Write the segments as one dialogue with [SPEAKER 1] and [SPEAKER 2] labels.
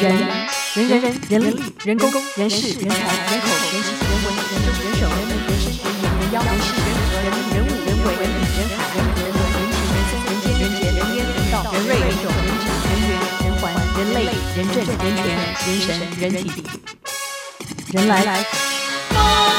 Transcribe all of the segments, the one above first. [SPEAKER 1] 人人人人人力人工人事人才人口人情人文人人手人民人事人眼人妖人事人和人人物人为人理人海人人文人情人生人间人杰人烟人道人瑞人种人质人缘人环人类人政人权人神人体人来。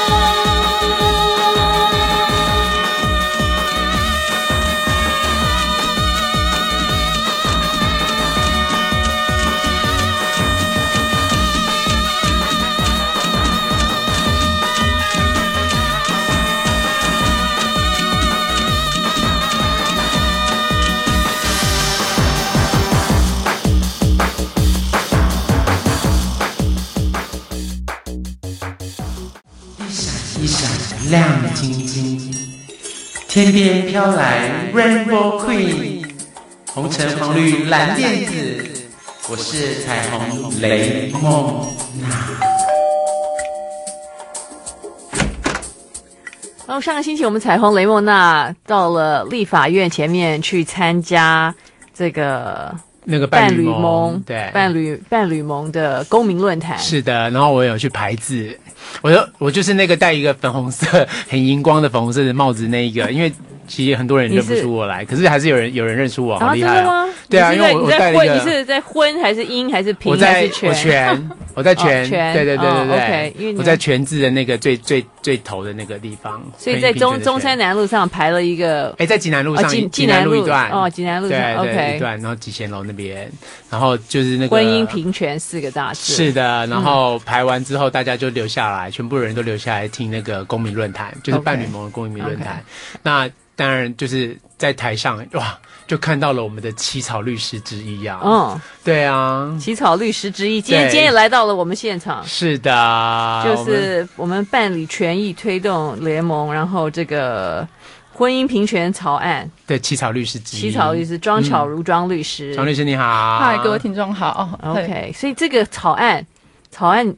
[SPEAKER 2] 一闪亮晶晶，天边飘来 Rainbow Queen，红橙黄绿蓝靛紫，我是彩虹雷梦娜。
[SPEAKER 3] 然后上个星期，我们彩虹雷蒙娜到了立法院前面去参加这个
[SPEAKER 4] 那个
[SPEAKER 3] 伴
[SPEAKER 4] 侣
[SPEAKER 3] 侣盟，
[SPEAKER 4] 对，
[SPEAKER 3] 伴侣伴侣盟的公民论坛。
[SPEAKER 4] 是的。然后我有去排字，我就我就是那个戴一个粉红色很荧光的粉红色的帽子那一 个，因为其实很多人
[SPEAKER 3] 你
[SPEAKER 4] 认
[SPEAKER 3] 是
[SPEAKER 4] 不出我来，可是还是有人有人认出我，好
[SPEAKER 3] 啊，
[SPEAKER 4] 厉
[SPEAKER 3] 真
[SPEAKER 4] 害
[SPEAKER 3] 的
[SPEAKER 4] 哦！
[SPEAKER 3] 吗？
[SPEAKER 4] 对啊，
[SPEAKER 3] 你
[SPEAKER 4] 因
[SPEAKER 3] 是
[SPEAKER 4] 为
[SPEAKER 3] 在
[SPEAKER 4] 我
[SPEAKER 3] 你在婚，你
[SPEAKER 4] 我戴了一个。
[SPEAKER 3] 是在婚还是阴还是平
[SPEAKER 4] 我
[SPEAKER 3] 还
[SPEAKER 4] 在
[SPEAKER 3] 是
[SPEAKER 4] 我全，我在全，
[SPEAKER 3] 哦全
[SPEAKER 4] 对对对
[SPEAKER 3] 哦
[SPEAKER 4] 对对
[SPEAKER 3] OK，因为你
[SPEAKER 4] 我在全字的那个最最最头的那个地方，
[SPEAKER 3] 所以在
[SPEAKER 4] 平均的
[SPEAKER 3] 中中
[SPEAKER 4] 全
[SPEAKER 3] 山南路上排了一个
[SPEAKER 4] 哎，在济南路上
[SPEAKER 3] 哦济
[SPEAKER 4] 一，济南
[SPEAKER 3] 济南路
[SPEAKER 4] 一段
[SPEAKER 3] 哦济南路上
[SPEAKER 4] 对对
[SPEAKER 3] OK
[SPEAKER 4] 一段，然后集贤楼那边，然后就是那个
[SPEAKER 3] 婚姻平权四个大字。
[SPEAKER 4] 是的，然后排完之后，大家就留下来，全部人都留下来听那个公民论坛，就是
[SPEAKER 3] OK
[SPEAKER 4] 伴侣盟的公民论坛。那当然就是在台上哇，就看到了我们的起草律师之一啊，嗯，
[SPEAKER 3] 嗯，
[SPEAKER 4] 对啊，
[SPEAKER 3] 起草律师之一，今天
[SPEAKER 4] 对
[SPEAKER 3] 今天也来到了我们现场。
[SPEAKER 4] 是的，
[SPEAKER 3] 就
[SPEAKER 4] 我们
[SPEAKER 3] 是我们办理权益推动联盟，然后这个婚姻平权草案，
[SPEAKER 4] 对起草律师之一，
[SPEAKER 3] 起草律师庄巧如庄律师。
[SPEAKER 4] 嗯常律师你好，
[SPEAKER 5] 嗨，各位听众好。对
[SPEAKER 3] OK，所以这个草案，草案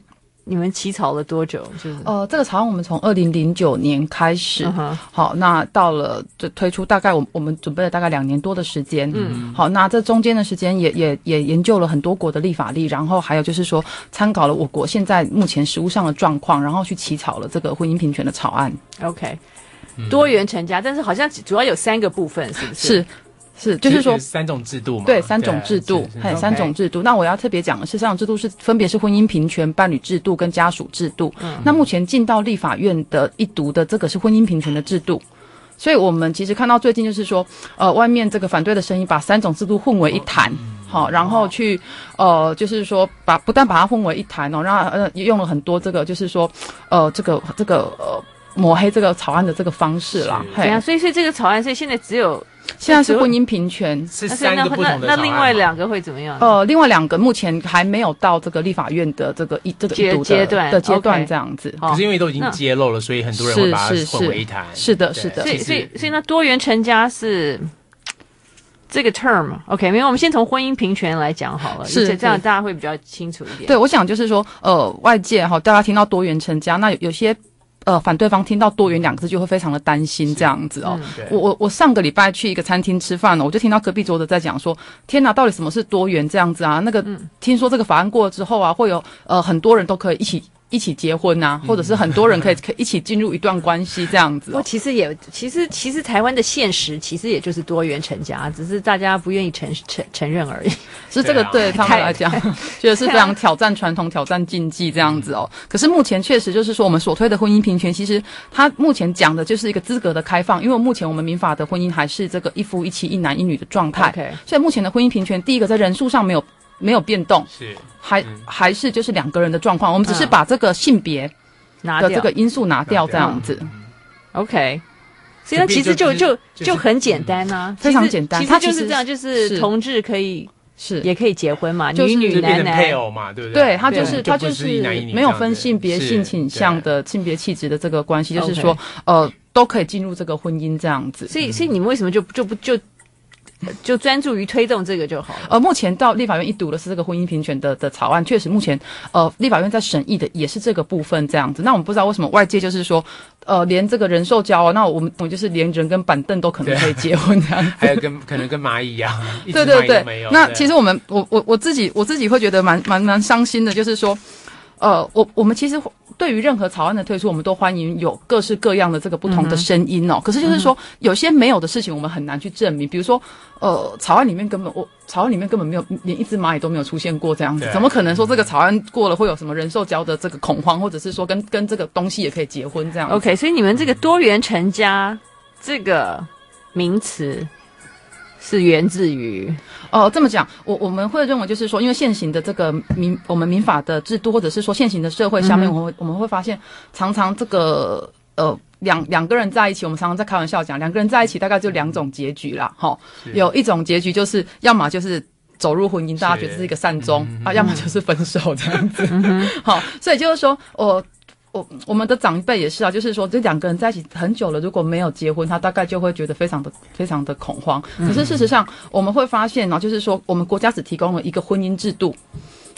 [SPEAKER 3] 你们起草了多久？就是
[SPEAKER 5] 呃，这个草案我们从二零零九年开始，
[SPEAKER 3] 嗯哼
[SPEAKER 5] 好，那到了这推出大概我我们准备了大概两年多的时间，嗯，好，那这中间的时间也也也研究了很多国的立法例，然后还有就是说参考了我国现在目前实务上的状况，然后去起草了这个婚姻平权的草案，
[SPEAKER 3] OK，多
[SPEAKER 4] 嗯
[SPEAKER 3] 元成家，但是好像主要有三个部分，是不是？
[SPEAKER 5] 是是，就是说
[SPEAKER 4] 三种制度嘛，啊
[SPEAKER 5] 对，三种制度，
[SPEAKER 4] 是是
[SPEAKER 5] 嘿，
[SPEAKER 4] OK
[SPEAKER 5] 三种制度。那我要特别讲的是，三种制度是分别是婚姻平权、伴侣制度跟家属制度。
[SPEAKER 4] 嗯
[SPEAKER 5] 那目前进到立法院的一读的这个是婚姻平权的制度。所以我们其实看到最近就是说，呃，外面这个反对的声音把三种制度混为一谈，
[SPEAKER 4] 嗯
[SPEAKER 5] 好、然后去，呃，就是说把不但把它混为一谈哦，让它呃也用了很多这个就是说，呃，这个这个呃抹黑这个草案的这个方式啦。
[SPEAKER 4] 是
[SPEAKER 3] 怎
[SPEAKER 5] 嘿
[SPEAKER 3] 样？，所以所以这个草案，所以现在只有
[SPEAKER 5] 现在是婚姻平权，
[SPEAKER 4] 是
[SPEAKER 3] 那所以
[SPEAKER 4] 三
[SPEAKER 3] 那
[SPEAKER 4] 个不
[SPEAKER 3] 那
[SPEAKER 4] 同的
[SPEAKER 3] 那
[SPEAKER 4] 草案啊
[SPEAKER 3] 另外
[SPEAKER 4] 嘛
[SPEAKER 3] 两个会怎么样？
[SPEAKER 5] 呃，另外两个目前还没有到这个立法院的这个一这个
[SPEAKER 3] 阶
[SPEAKER 5] 一读的
[SPEAKER 3] 阶段
[SPEAKER 5] 的阶段
[SPEAKER 3] OK
[SPEAKER 5] 这样子。
[SPEAKER 3] 好
[SPEAKER 4] 可是因为都已
[SPEAKER 3] 哦那
[SPEAKER 4] 经揭露了，所以很多人会把它混为一谈。
[SPEAKER 5] 是的，是
[SPEAKER 4] 呃
[SPEAKER 5] 的
[SPEAKER 3] 所，以
[SPEAKER 4] 其实
[SPEAKER 3] 所以所以那多元成家是。这个 term OK，没有，我们先从婚姻平权来讲好了，
[SPEAKER 5] 是
[SPEAKER 3] 而且这样
[SPEAKER 5] 是
[SPEAKER 3] 大家会比较清楚一点。
[SPEAKER 5] 对，我想就是说，呃，外界哈，大家听到多元成家，那有有些呃反对方听到多元两个字就会非常的担心这样子
[SPEAKER 3] 嗯
[SPEAKER 5] 哦。
[SPEAKER 4] 对
[SPEAKER 5] 我我我上个礼拜去一个餐厅吃饭了，哦我就听到隔壁桌的在讲说，天哪，到底什么是多元这样子啊？那个、
[SPEAKER 3] 嗯
[SPEAKER 5] 听说这个法案过了之后啊，会有呃很多人都可以一起一起结婚呐、或者
[SPEAKER 3] 嗯
[SPEAKER 5] 是很多人可以可以一起进入一段关系这样子、
[SPEAKER 3] 不
[SPEAKER 5] 哦
[SPEAKER 3] 过。其实也，其实其实台湾的现实其实也就是多元成家，只是大家不愿意承承承认而已。
[SPEAKER 5] 是这个
[SPEAKER 4] 对
[SPEAKER 5] 对
[SPEAKER 4] 啊
[SPEAKER 5] 他们来讲， 觉得是非常挑战传统、挑战禁忌这样子哦。可是目前确实就是说，我们所推的婚姻平权，其实它目前讲的就是一个资格的开放，因为目前我们民法的婚姻还是这个一夫一妻、一男一女的状态
[SPEAKER 3] OK，
[SPEAKER 5] 所以目前的婚姻平权，第一个在人数上没有没有变动，
[SPEAKER 4] 是
[SPEAKER 5] 还
[SPEAKER 4] 嗯
[SPEAKER 5] 还是就是两个人的状况，我们只是
[SPEAKER 3] 嗯
[SPEAKER 5] 把这个性别
[SPEAKER 3] 拿
[SPEAKER 5] 的
[SPEAKER 3] 掉嗯
[SPEAKER 5] 这个因素拿掉这样子。
[SPEAKER 3] OK，所以那
[SPEAKER 4] 这
[SPEAKER 3] 其
[SPEAKER 4] 边
[SPEAKER 3] 实就
[SPEAKER 4] 就就是
[SPEAKER 3] 就
[SPEAKER 4] 就是
[SPEAKER 3] 就很简单啊，
[SPEAKER 5] 非常
[SPEAKER 3] 其实
[SPEAKER 5] 简单
[SPEAKER 3] 其实
[SPEAKER 5] 它
[SPEAKER 3] 就
[SPEAKER 5] 其
[SPEAKER 3] 是
[SPEAKER 5] 实
[SPEAKER 3] 这样，就是
[SPEAKER 5] 是
[SPEAKER 3] 同志可以
[SPEAKER 5] 是
[SPEAKER 3] 也可以结婚嘛，
[SPEAKER 5] 就是
[SPEAKER 3] 女
[SPEAKER 4] 就
[SPEAKER 3] 女
[SPEAKER 4] 变
[SPEAKER 3] 男
[SPEAKER 4] 成配
[SPEAKER 3] 男。
[SPEAKER 4] 偶嘛，对不对？
[SPEAKER 5] 对他就
[SPEAKER 3] 对
[SPEAKER 5] 是
[SPEAKER 4] 就
[SPEAKER 5] 他
[SPEAKER 4] 不
[SPEAKER 5] 就是
[SPEAKER 4] 一男一女
[SPEAKER 5] 没
[SPEAKER 4] 这
[SPEAKER 5] 有
[SPEAKER 4] 样
[SPEAKER 5] 分
[SPEAKER 4] 子
[SPEAKER 5] 性别、
[SPEAKER 4] 是
[SPEAKER 5] 性倾向
[SPEAKER 4] 对
[SPEAKER 5] 的性别气质的这个关系，就是
[SPEAKER 3] OK
[SPEAKER 5] 说呃都可以进入这个婚姻这样子。
[SPEAKER 3] 所以，所以你们为什么就就不就就专注于推动这个就好了？
[SPEAKER 5] 呃，目前到立法院一读的是这个婚姻平权的的草案，确实目前呃立法院在审议的也是这个部分这样子。那我们不知道为什么外界就是说，呃，连这个人兽交啊，那我们我们就是连人跟板凳都可能可以结婚这样子。
[SPEAKER 4] 还有跟可能跟蚂蚁一样， 一只
[SPEAKER 5] 对
[SPEAKER 4] 蚂
[SPEAKER 5] 对
[SPEAKER 4] 蚁
[SPEAKER 5] 对
[SPEAKER 4] 都没有。，
[SPEAKER 5] 那
[SPEAKER 4] 对
[SPEAKER 5] 其实我们我我我自己我自己会觉得蛮蛮蛮伤心的，就是说，呃，我我们其实对于任何草案的推出，我们都欢迎有各式各样的这个不同的声音哦。可是就是说，有些没有的事情，我们很难去证明。比如说，呃，草案里面根本我草案里面根本没有连一只蚂蚁都没有出现过这样子
[SPEAKER 4] 对，
[SPEAKER 5] 怎么可能说这个草案过了会有什么人兽交的这个恐慌，或者是说跟跟这个东西也可以结婚这样子
[SPEAKER 3] OK，所以你们这个多元成家这个名词是源自于
[SPEAKER 5] 哦，这么讲，我我们会认为就是说，因为现行的这个民，我们民法的制度，或者是说现行的社会下面，我们会我们会发现，常常这个呃两两个人在一起，我们常常在开玩笑讲，两个人在一起大概就两种结局啦，哈，
[SPEAKER 4] 是
[SPEAKER 5] 有一种结局就是要么就是。走入婚姻，大家觉得是一个善终啊，要么就是分手这样子。 好，所以就是说，我我我们的长辈也是啊，就是说这两个人在一起很久了，如果没有结婚，他大概就会觉得非常的非常的恐慌。
[SPEAKER 4] 嗯
[SPEAKER 5] 可是事实上，我们会发现呢、就是说我们国家只提供了一个婚姻制度。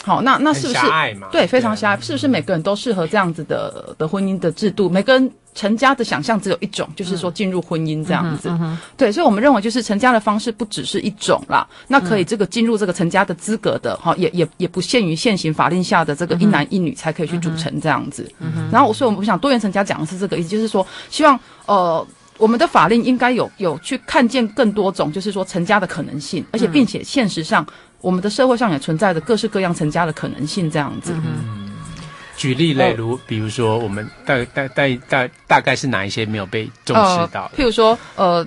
[SPEAKER 5] 好，那那
[SPEAKER 4] 很
[SPEAKER 5] 是不是
[SPEAKER 4] 狭隘嘛
[SPEAKER 5] 对非常
[SPEAKER 4] 对啊
[SPEAKER 5] 狭隘？是不是每个人都适合这样子的的婚姻的制度？每个人成家的想象只有一种，就是说进入婚姻这样子。
[SPEAKER 4] 嗯
[SPEAKER 5] 对，所以我们认为就是成家的方式不只是一种啦，
[SPEAKER 4] 嗯
[SPEAKER 5] 那可以这个进入这个成家的资格的哈、也也也不限于现行法令下的这
[SPEAKER 4] 嗯
[SPEAKER 5] 个一男一女才可以去组成这样子。
[SPEAKER 3] 嗯
[SPEAKER 5] 然后我所以我们想多元成家讲的是这个意思，就是说希望呃。我们的法令应该有有去看见更多种，就是说成家的可能性，而且并且现实上，我们的社会上也存在着各式各样成家的可能性，这样子。
[SPEAKER 4] 举例
[SPEAKER 5] 嗯
[SPEAKER 4] 例如，比如说我们大大大大大概是哪一些没有被重视到
[SPEAKER 5] 呃。譬如说，呃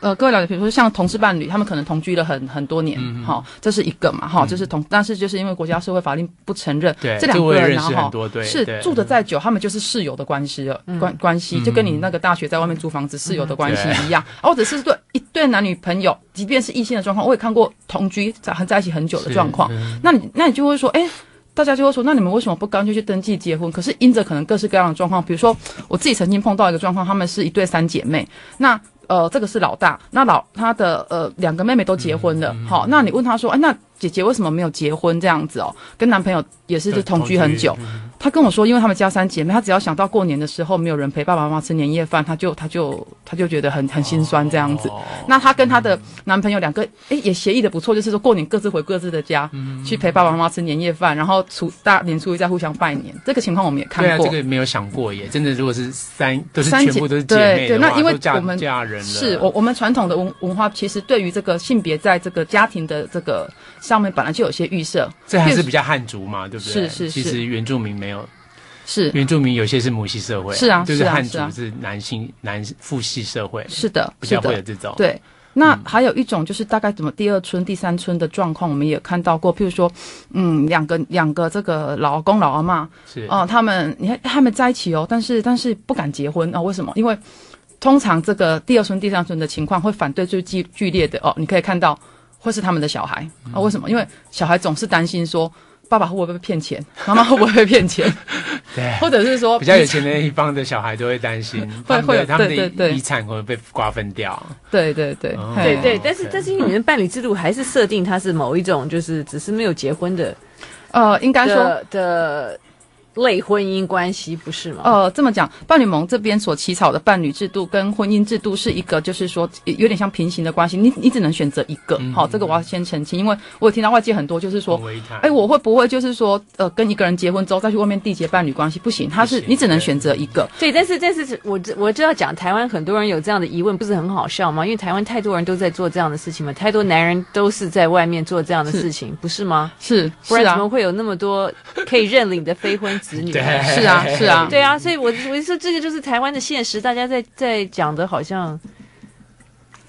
[SPEAKER 5] 呃，各位了解，比如说像同事伴侣，他们可能同居了很很多年，
[SPEAKER 4] 嗯
[SPEAKER 5] 哈、这是一个嘛，哈、这是同，但是就是因为国家社会法令不承认
[SPEAKER 4] 对
[SPEAKER 5] 两
[SPEAKER 4] 这我
[SPEAKER 5] 个
[SPEAKER 4] 也
[SPEAKER 5] 人
[SPEAKER 4] 认
[SPEAKER 5] 啊，
[SPEAKER 4] 识
[SPEAKER 5] 哈
[SPEAKER 4] 很多，对
[SPEAKER 5] 是
[SPEAKER 4] 对嗯
[SPEAKER 5] 住的再久，他们就是室友的关系了，关关系就跟你那个大学在外面租房子室友的关系
[SPEAKER 4] 对
[SPEAKER 5] 一样，啊或者是对一对男女朋友，即便是异性的状况，我也看过同居在在一起很久的
[SPEAKER 4] 是
[SPEAKER 5] 状况，
[SPEAKER 4] 嗯
[SPEAKER 5] 那你那你就会说，哎、大家就会说，那你们为什么不干脆去登记结婚？可是因着可能各式各样的状况，比如说我自己曾经碰到一个状况，她们是一对三姐妹，那呃这个是老大，那老她的呃两个妹妹都结婚了，好、那你问她说，哎、那姐姐为什么没有结婚这样子哦？跟男朋友也是就
[SPEAKER 4] 对
[SPEAKER 5] 同居嗯很久，，
[SPEAKER 4] 嗯
[SPEAKER 5] 她跟我说，因为她们家三姐妹，她只要想到过年的时候没有人陪爸爸妈妈吃年夜饭，她就她就她就觉得很很心酸这样子。
[SPEAKER 4] 哦
[SPEAKER 5] 那她跟她的男朋友两个，诶也协议的不错，就是说过年各自回各自的家，
[SPEAKER 4] 嗯
[SPEAKER 5] 去陪爸爸妈妈吃年夜饭，然后初大年初一再互相拜年。这个情况我们也看
[SPEAKER 4] 对啊，
[SPEAKER 5] 过。
[SPEAKER 4] 这个没有想过耶，真的，如果是三都是
[SPEAKER 5] 三
[SPEAKER 4] 全
[SPEAKER 5] 姐
[SPEAKER 4] 部都是姐妹的
[SPEAKER 5] 对对，
[SPEAKER 4] 话
[SPEAKER 5] 那因为
[SPEAKER 4] 都嫁
[SPEAKER 5] 我们
[SPEAKER 4] 嫁人了，
[SPEAKER 5] 是我我们传统的文文化，其实对于这个性别在这个家庭的这个上面本来就有些预设，
[SPEAKER 4] 这还
[SPEAKER 5] 譬
[SPEAKER 4] 是
[SPEAKER 5] 如
[SPEAKER 4] 比较汉族嘛，对不对？
[SPEAKER 5] 是是
[SPEAKER 4] 其实
[SPEAKER 5] 是
[SPEAKER 4] 原住民没有，
[SPEAKER 5] 是
[SPEAKER 4] 原住民有些是母系社会，
[SPEAKER 5] 是啊
[SPEAKER 4] 就是
[SPEAKER 5] 啊
[SPEAKER 4] 汉
[SPEAKER 5] 是啊
[SPEAKER 4] 族是男性男父系社会，
[SPEAKER 5] 是的，
[SPEAKER 4] 比
[SPEAKER 5] 是
[SPEAKER 4] 较
[SPEAKER 5] 的
[SPEAKER 4] 会有，这种，
[SPEAKER 5] 对。
[SPEAKER 4] 嗯
[SPEAKER 5] 那还有一种就是大概怎么第二春、第三春的状况，我们也看到过。譬如说，嗯，两个两个这个老公老阿妈，
[SPEAKER 4] 是
[SPEAKER 5] 哦，他们你看他们在一起哦，但是但是不敢结婚啊、为什么？因为通常这个第二春、第三春的情况会反对最剧剧烈的哦，你可以看到会是他们的小孩
[SPEAKER 4] 嗯
[SPEAKER 5] 啊、为什么？因为小孩总是担心说。爸爸会不会被骗钱？ 妈妈会不会被骗钱？
[SPEAKER 4] 对
[SPEAKER 5] 或者是说
[SPEAKER 4] 比较有钱的一方的小孩都会担心，他们
[SPEAKER 5] 会
[SPEAKER 4] 的
[SPEAKER 5] 有
[SPEAKER 4] 他们
[SPEAKER 5] 对对
[SPEAKER 4] 的
[SPEAKER 5] 对
[SPEAKER 4] 遗产会被瓜分掉，
[SPEAKER 5] 对对对
[SPEAKER 4] 哦，
[SPEAKER 3] 对
[SPEAKER 5] 嘿
[SPEAKER 4] 哦
[SPEAKER 3] 对，但是
[SPEAKER 4] OK
[SPEAKER 3] 但是因为你们伴侣制度还是设定它是某一种，就是只是没有结婚的
[SPEAKER 5] 呃，应该说
[SPEAKER 3] 的的类婚姻关系，不是吗？
[SPEAKER 5] 呃，这么讲，伴侣盟这边所起草的伴侣制度跟婚姻制度是一个，就是说也有点像平行的关系，你你只能选择一个。好，这个我要先澄清，因为我有听到外界很多就是说
[SPEAKER 4] 嗯很，危害
[SPEAKER 5] 哎，我会不会就是说，呃，跟一个人结婚之后再去外面缔结伴侣关系？不行，他是
[SPEAKER 4] 不行
[SPEAKER 5] 你只能
[SPEAKER 4] 对
[SPEAKER 5] 选择一个。
[SPEAKER 3] 对，但是但是我知我知道讲台湾很多人有这样的疑问，不是很好笑吗？因为台湾太多人都在做这样的事情嘛，太多男人都是在外面做这样的事情，不是吗？
[SPEAKER 5] 是，
[SPEAKER 3] 不
[SPEAKER 5] 是
[SPEAKER 3] 然怎么
[SPEAKER 5] 啊，
[SPEAKER 3] 会有那么多可以认领的非婚子女？
[SPEAKER 4] 对
[SPEAKER 5] 是啊，是啊。
[SPEAKER 3] 对啊，所以我我就说这个就是台湾的现实，大家在在讲的好像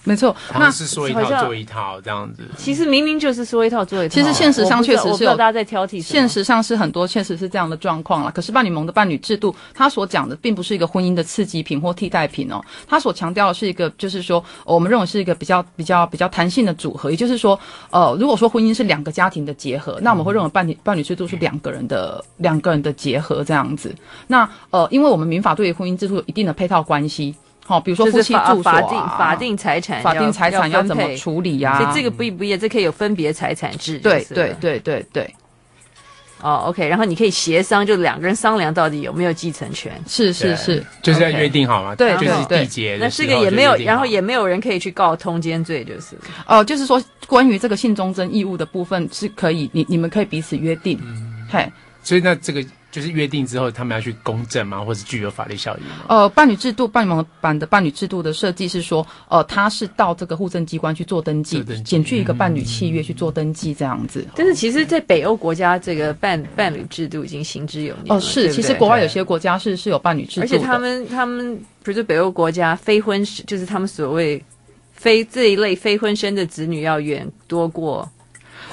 [SPEAKER 5] 没错。
[SPEAKER 4] 好
[SPEAKER 5] 那
[SPEAKER 4] 像是说一
[SPEAKER 3] 好像
[SPEAKER 4] 套做一套这样子。
[SPEAKER 3] 其实明明就是说一套做一套啊。
[SPEAKER 5] 其实现实上
[SPEAKER 3] 我不知道
[SPEAKER 5] 确实是有
[SPEAKER 3] 我不知道大家在挑剔什么。
[SPEAKER 5] 现实上是很多确实是这样的状况了。可是伴侣盟的伴侣制度，它所讲的并不是一个婚姻的刺激品或替代品哦，它所强调的是一个，就是说、哦我们认为是一个比较比较比较弹性的组合。也就是说，呃，如果说婚姻是两个家庭的结合，那我们会认为伴侣伴侣制度是两个人的两个人的结合这样子。那呃，因为我们民法对于婚姻制度有一定的配套关系。好、比如说
[SPEAKER 3] 就
[SPEAKER 5] 夫
[SPEAKER 3] 是
[SPEAKER 5] 妻
[SPEAKER 3] 法
[SPEAKER 5] 住所、啊、
[SPEAKER 3] 法定法定财产
[SPEAKER 5] 法定财产要
[SPEAKER 3] 分
[SPEAKER 5] 怎么
[SPEAKER 3] 配
[SPEAKER 5] 处理呀、
[SPEAKER 3] 所以这个不一不一样，这可以有分别财产制。
[SPEAKER 5] 对
[SPEAKER 3] 就是了
[SPEAKER 5] 对对对对，
[SPEAKER 3] 哦，OK，然后你可以协商，就两个人商量到底有没有继承权。
[SPEAKER 5] 是
[SPEAKER 4] 对
[SPEAKER 5] 是是，
[SPEAKER 4] 就是要
[SPEAKER 3] OK
[SPEAKER 4] 约定好嘛，
[SPEAKER 5] 对
[SPEAKER 4] 就是
[SPEAKER 5] 对
[SPEAKER 4] 缔结
[SPEAKER 3] 那
[SPEAKER 4] 的时
[SPEAKER 3] 这
[SPEAKER 4] 候就
[SPEAKER 3] 个
[SPEAKER 4] 约定好。
[SPEAKER 3] 也没有，然后也没有人可以去告通奸罪，就是
[SPEAKER 5] 呃，就是说关于这个性忠贞义务的部分是可以，你你们可以彼此约定，嘿，
[SPEAKER 4] 所以那这个就是约定之后，他们要去公证吗？或者具有法律效益吗？
[SPEAKER 5] 呃，伴侣制度伴侣盟版的伴侣制度的设计是说，呃，他是到这个户政机关去做登记
[SPEAKER 4] 做登，记
[SPEAKER 5] 减去一个伴侣契约去做登记这样子。
[SPEAKER 3] 但是其实，在北欧国家，这个伴伴侣制度已经行之有年了。
[SPEAKER 5] 哦，是，
[SPEAKER 3] 对不
[SPEAKER 5] 其
[SPEAKER 3] 对
[SPEAKER 5] 实国外有些国家是是有伴侣制
[SPEAKER 3] 嗯
[SPEAKER 5] 度
[SPEAKER 3] 而
[SPEAKER 5] 的，
[SPEAKER 3] 且他们他们，比如说北欧国家，非婚是就是他们所谓非这一类非婚生的子女要远多过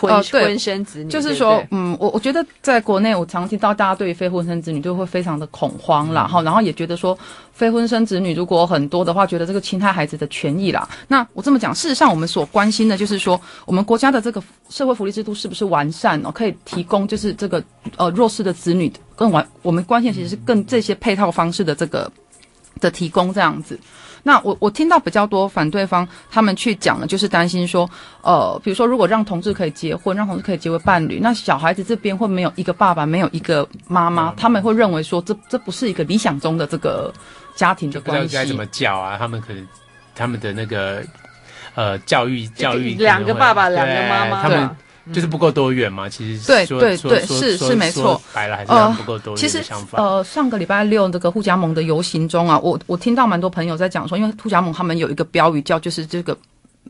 [SPEAKER 3] 婚、
[SPEAKER 5] 哦对
[SPEAKER 3] 婚生子女，
[SPEAKER 5] 就是
[SPEAKER 3] 对不
[SPEAKER 5] 说
[SPEAKER 3] 对，
[SPEAKER 5] 嗯，我我觉得在国内，我常听到大家对于非婚生子女就会非常的恐慌
[SPEAKER 3] 嗯
[SPEAKER 5] 啦，哈、然后也觉得说非婚生子女如果很多的话，觉得这个侵害孩子的权益啦。那我这么讲，事实上我们所关心的就是说，我们国家的这个社会福利制度是不是完善哦，可以提供就是这个呃弱势的子女更完，我们关键其实是更这些配套方式的这个的提供这样子。那我我听到比较多反对方他们去讲的，就是担心说，呃，比如说如果让同志可以结婚，让同志可以结为伴侣，那小孩子这边会没有一个爸爸，没有一个妈
[SPEAKER 4] 嗯
[SPEAKER 5] 妈，他们会认为说这这不是一个理想中的这个家庭的
[SPEAKER 4] 不知道
[SPEAKER 5] 关
[SPEAKER 4] 该怎
[SPEAKER 5] 系
[SPEAKER 4] 么。叫啊，他们可能他们的那个呃教育教育可能
[SPEAKER 3] 两个
[SPEAKER 4] 会
[SPEAKER 3] 爸爸，两
[SPEAKER 4] 对
[SPEAKER 3] 个妈妈，
[SPEAKER 4] 他
[SPEAKER 3] 对
[SPEAKER 4] 们就是不够多元嘛。其实
[SPEAKER 5] 对
[SPEAKER 4] 说
[SPEAKER 5] 对
[SPEAKER 4] 说
[SPEAKER 5] 对
[SPEAKER 4] 说
[SPEAKER 5] 是
[SPEAKER 4] 说
[SPEAKER 5] 是没错呃
[SPEAKER 4] 说白了还是他们不够多
[SPEAKER 5] 其
[SPEAKER 4] 元
[SPEAKER 5] 实
[SPEAKER 4] 的想，法。
[SPEAKER 5] 呃，上个礼拜六这个互加盟的游行中啊，我我听到蛮多朋友在讲说，因为互加盟他们有一个标语叫就是这个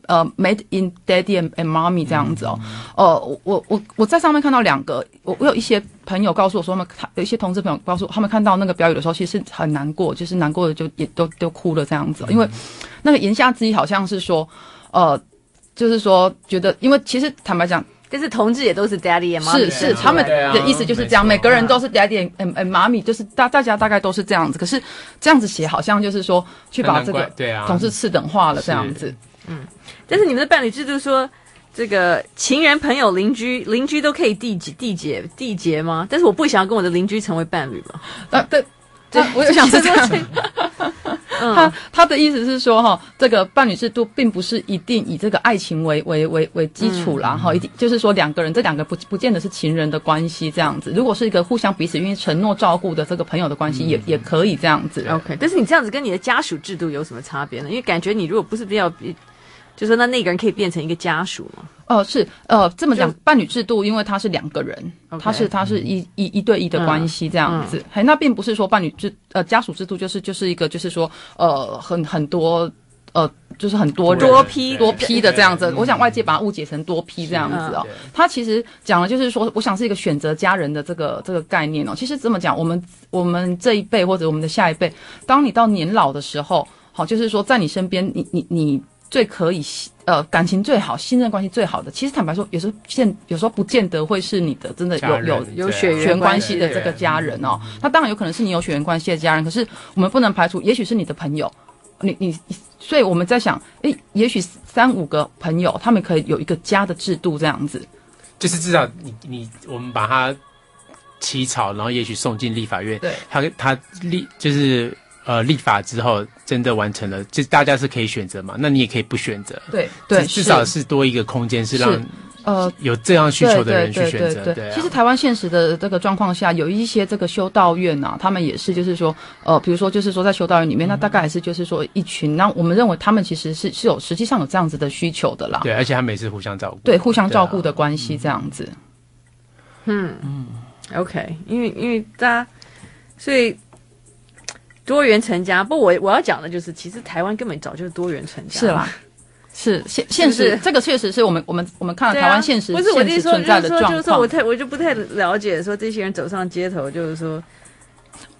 [SPEAKER 5] 呃 “Made in Daddy and, and Mommy” 这样子哦。
[SPEAKER 4] 嗯
[SPEAKER 5] 呃，我我我我在上面看到两个，我我有一些朋友告诉我说，他们看有一些同志朋友告诉我，他们看到那个标语的时候，其实很难过，就是难过的就也都都哭了这样
[SPEAKER 4] 嗯
[SPEAKER 5] 子哦，因为那个言下之意好像是说，呃，就是说觉得，因为其实坦白讲。
[SPEAKER 3] 但是同志也都是 daddy 妈
[SPEAKER 5] 是是，他们
[SPEAKER 4] 对啊
[SPEAKER 5] 的意思就是这样，
[SPEAKER 4] 没错
[SPEAKER 5] 每个人都是 daddy and and mommy，就是嗯大大家大概都是这样子。可是这样子写好像就是说去把
[SPEAKER 4] 那难
[SPEAKER 5] 这
[SPEAKER 4] 怪
[SPEAKER 5] 个
[SPEAKER 4] 对啊，
[SPEAKER 5] 同是次等化了这样
[SPEAKER 4] 是
[SPEAKER 5] 子。
[SPEAKER 3] 但是你们的伴侣制度说，这个情人、朋友、邻居、邻居都可以缔结、缔结、缔结吗？但是我不想要跟我的邻居成为伴侣嘛。
[SPEAKER 5] 啊，对。对，我有想是这样。他他的意思是说，哈，这个伴侣制度并不是一定以这个爱情为为为为基础
[SPEAKER 4] 嗯
[SPEAKER 5] 啦，哈、一定就是说两个人这两个不不见得是情人的关系这样子。如果是一个互相彼此愿意承诺照顾的这个朋友的关
[SPEAKER 4] 嗯
[SPEAKER 5] 系，也也可以这样子。
[SPEAKER 3] OK，但是你这样子跟你的家属制度有什么差别呢？因为感觉你如果不是比较，就说那那个人可以变成一个家属嘛。
[SPEAKER 5] 哦，是呃，这么讲
[SPEAKER 3] 就，
[SPEAKER 5] 伴侣制度，因为他是两个人
[SPEAKER 3] OK 嗯
[SPEAKER 5] 他是他是一一一对一的关系这样子，嘿，那并不是说伴侣制呃家属制度就是就是一个就是说呃很很多呃就是很多人
[SPEAKER 3] 多批
[SPEAKER 5] 多批的这样
[SPEAKER 4] 嗯
[SPEAKER 5] 子，我想外界把它误解成多批这样
[SPEAKER 3] 嗯
[SPEAKER 5] 子哦。他其实讲的就是说，我想是一个选择家人的这个这个概念哦。其实这么讲，我们我们这一辈或者我们的下一辈，当你到年老的时候，好，就是说在你身边，你你你最可以信呃感情最好、信任关系最好的，其实坦白说，有时候见有时候不见得会是你的真的有有
[SPEAKER 3] 有血缘
[SPEAKER 5] 血缘关系的
[SPEAKER 4] 对
[SPEAKER 5] 这个家人哦。那当然有可能是你有血缘关系的家人，可是我们不能排除，也许是你的朋友，你你，所以我们在想，诶，也许三五个朋友，他们可以有一个家的制度这样子。
[SPEAKER 4] 就是至少你你我们把它起草，然后也许送进立法院，
[SPEAKER 5] 对，
[SPEAKER 4] 他他立就是呃立法之后真的完成了，就大家是可以选择嘛，那你也可以不选择，
[SPEAKER 5] 对对，
[SPEAKER 4] 至至少
[SPEAKER 5] 是
[SPEAKER 4] 是多一个空间是让
[SPEAKER 5] 是呃。
[SPEAKER 4] 有这样需
[SPEAKER 5] 对
[SPEAKER 4] 求
[SPEAKER 5] 对
[SPEAKER 4] 的人
[SPEAKER 5] 对
[SPEAKER 4] 去
[SPEAKER 5] 对
[SPEAKER 4] 选
[SPEAKER 5] 对
[SPEAKER 4] 择，对啊，
[SPEAKER 5] 其实台湾现实的这个状况下，有一些这个修道院啊，他们也是就是说，呃，比如说就是说在修道院里
[SPEAKER 4] 嗯
[SPEAKER 5] 面，那大概还是就是说一群，那我们认为他们其实是是有实际上有这样子的需求的啦，
[SPEAKER 4] 对，而且他们也是互相照顾，
[SPEAKER 5] 对，互相照顾
[SPEAKER 4] 对啊
[SPEAKER 5] 的关系这样子。
[SPEAKER 3] 嗯 OK，因为因为大家，所以多元成家。不，我我要讲的就是，其实台湾根本早就是多元成家。
[SPEAKER 5] 是啦。啊是现现
[SPEAKER 3] 是
[SPEAKER 5] 实
[SPEAKER 3] 不，是
[SPEAKER 5] 这个确实是我们我们我们看了
[SPEAKER 3] 对
[SPEAKER 5] 台
[SPEAKER 3] 啊
[SPEAKER 5] 湾现实、
[SPEAKER 3] 不是我
[SPEAKER 5] 现
[SPEAKER 3] 的意思
[SPEAKER 5] 实
[SPEAKER 3] 说，
[SPEAKER 5] 存
[SPEAKER 3] 就
[SPEAKER 5] 在
[SPEAKER 3] 是
[SPEAKER 5] 的
[SPEAKER 3] 说，
[SPEAKER 5] 状
[SPEAKER 3] 就
[SPEAKER 5] 况。
[SPEAKER 3] 是说我太我就不太了解，说这些人走上街头，就是说，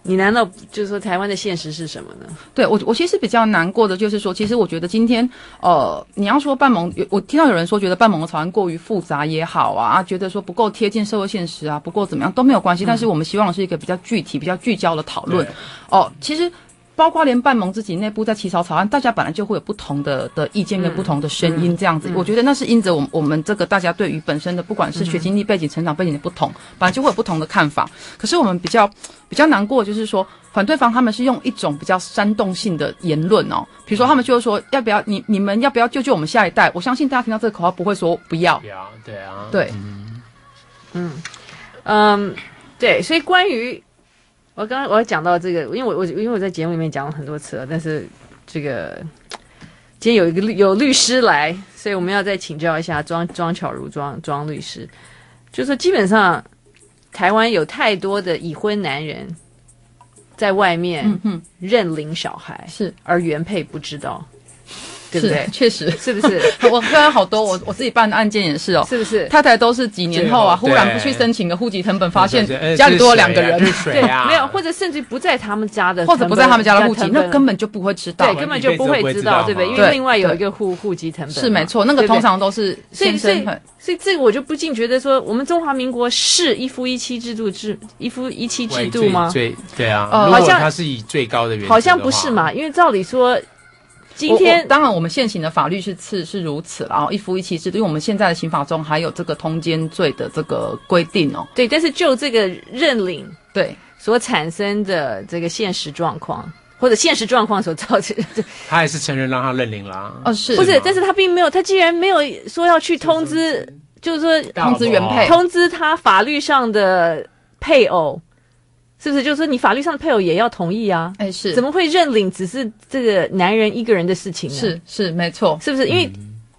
[SPEAKER 3] 你难道就是说台湾的现实是什么呢？
[SPEAKER 5] 对我，我其实比较难过的就是说，其实我觉得今天，呃，你要说半蒙，有我听到有人说觉得半蒙的草案过于复杂也好啊，啊觉得说不够贴近社会现实啊，不够怎么样都没有关系。但是我们希望是一个比较具体、比较聚焦的讨论
[SPEAKER 4] 对。
[SPEAKER 5] 哦、其实包括连半蒙自己内部在起草草案，大家本来就会有不同的的意见跟不同的声音，这
[SPEAKER 3] 嗯
[SPEAKER 5] 样子。我觉得那是因着我们我们这个大家对于本身的不管是学经历背景、成长背景的不同，本来就会有不同的看法。可是我们比较比较难过，就是说反对方他们是用一种比较煽动性的言论哦，比如说他们就会说要不要你你们要不要救救我们下一代？我相信大家听到这个口号不会说不要，
[SPEAKER 4] 对啊，对啊，
[SPEAKER 5] 对，
[SPEAKER 3] 嗯，对，所以关于我刚刚我讲到这个，因为我我因为我在节目里面讲了很多次了，但是这个今天有一个律有律师来，所以我们要再请教一下庄庄巧如庄庄律师，就是说基本上台湾有太多的已婚男人在外面
[SPEAKER 5] 嗯哼，
[SPEAKER 3] 认领小孩，
[SPEAKER 5] 是
[SPEAKER 3] 而原配不知道，对不
[SPEAKER 5] 是
[SPEAKER 3] 对？
[SPEAKER 5] 确实，
[SPEAKER 3] 是不是？
[SPEAKER 5] 我看到好多我我自己办的案件也是哦。
[SPEAKER 3] 是不是？
[SPEAKER 5] 太太都是几年后啊，忽
[SPEAKER 4] 最后
[SPEAKER 5] 然
[SPEAKER 4] 对
[SPEAKER 5] 不去申请个户籍成本，发现
[SPEAKER 4] 对对对
[SPEAKER 5] 家里多了两个人
[SPEAKER 4] 呃这，是谁啊？
[SPEAKER 3] 没有，或者甚至不在他们家的，
[SPEAKER 5] 或者不在他们家的户籍，那
[SPEAKER 3] 本。
[SPEAKER 5] 根本就不会知道
[SPEAKER 3] 对，。根本就不会知道，对不对？因
[SPEAKER 4] 对
[SPEAKER 3] 为另外有一个户户籍成本嘛，
[SPEAKER 5] 是没错，那个
[SPEAKER 3] 对不对
[SPEAKER 5] 通常都是
[SPEAKER 3] 所以
[SPEAKER 5] 先
[SPEAKER 3] 所以
[SPEAKER 5] 生很
[SPEAKER 3] 所以这个我就不禁觉得说，我们中华民国是一夫一妻制度制一夫一妻制度吗？
[SPEAKER 4] 最对啊，
[SPEAKER 5] 呃
[SPEAKER 4] 如果
[SPEAKER 3] 好像
[SPEAKER 4] 他是以最高的原则的话
[SPEAKER 3] 好像不是嘛，，因为照理说，今
[SPEAKER 5] 我
[SPEAKER 3] 天
[SPEAKER 5] 我当然我们现行的法律是是是如此啦，哦，一夫一妻制，因为我们现在的刑法中还有这个通奸罪的这个规定哦。
[SPEAKER 3] 对，但是就这个认领
[SPEAKER 5] 对，
[SPEAKER 3] 所产生的这个现实状况。或者现实状况所造成的，
[SPEAKER 4] 他还是承认让他认领 啦。
[SPEAKER 5] 哦是
[SPEAKER 3] 不
[SPEAKER 4] 吗
[SPEAKER 3] 是，但是他并没有，他既然没有说要去通知，就是说
[SPEAKER 5] 通知原配
[SPEAKER 3] 通知他法律上的配偶，是不是？就是说你法律上的配偶也要同意啊。
[SPEAKER 5] 哎是
[SPEAKER 3] 怎么会认领只是这个男人一个人的事情呢？啊
[SPEAKER 5] 是是没错，
[SPEAKER 3] 是不是？因为、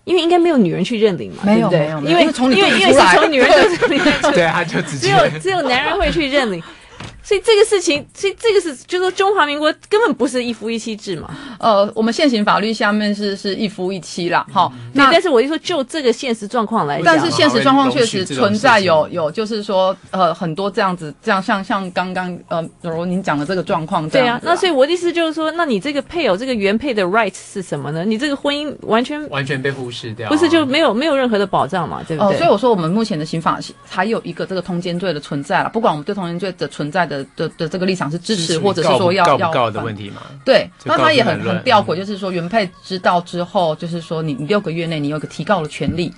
[SPEAKER 3] 因为应该没有女人去认领嘛，
[SPEAKER 5] 没有
[SPEAKER 3] 对不对
[SPEAKER 5] 没有没有
[SPEAKER 3] 因
[SPEAKER 5] 因为从你
[SPEAKER 3] 因为
[SPEAKER 5] 肚子
[SPEAKER 3] 因为
[SPEAKER 5] 出来
[SPEAKER 3] 是从女人肚子里 面出
[SPEAKER 5] 啊
[SPEAKER 3] 来，
[SPEAKER 4] 对，啊他就直
[SPEAKER 3] 只
[SPEAKER 4] 接
[SPEAKER 3] 有只有男人会去认领。所以这个事情，所以这个是就是说中华民国根本不是一夫一妻制嘛。
[SPEAKER 5] 呃，我们现行法律下面是是一夫一妻啦，哈、
[SPEAKER 4] 嗯
[SPEAKER 3] 对，
[SPEAKER 5] 那
[SPEAKER 3] 但是我就说就这个现实状况来讲，
[SPEAKER 5] 但是现实状况确实存在有有，就是说呃很多这样子，这样像像刚刚呃柔您讲的这个状况这
[SPEAKER 3] 对
[SPEAKER 5] 样
[SPEAKER 3] 啊，
[SPEAKER 5] 子啦，
[SPEAKER 3] 那所以我的意思就是说，那你这个配偶这个原配的 rights 是什么呢？你这个婚姻完全
[SPEAKER 4] 完全被忽视掉，
[SPEAKER 3] 不是就没有没有任何的保障嘛，对不
[SPEAKER 5] 哦，
[SPEAKER 3] 对？
[SPEAKER 5] 所以我说我们目前的刑法还有一个这个通奸罪的存在了，不管我们对通奸罪的存在的的的这个立场是支
[SPEAKER 4] 支
[SPEAKER 5] 持，或者是说要
[SPEAKER 4] 告不
[SPEAKER 5] 要
[SPEAKER 4] 告不告的
[SPEAKER 5] 反
[SPEAKER 4] 问题嘛？
[SPEAKER 5] 对，
[SPEAKER 4] 就
[SPEAKER 5] 那
[SPEAKER 4] 告
[SPEAKER 5] 他
[SPEAKER 4] 诉
[SPEAKER 5] 也
[SPEAKER 4] 本
[SPEAKER 5] 很
[SPEAKER 4] 论
[SPEAKER 5] 很吊诡，就是说原配知道之后，就是说你你六个月内你有一个提告的权利，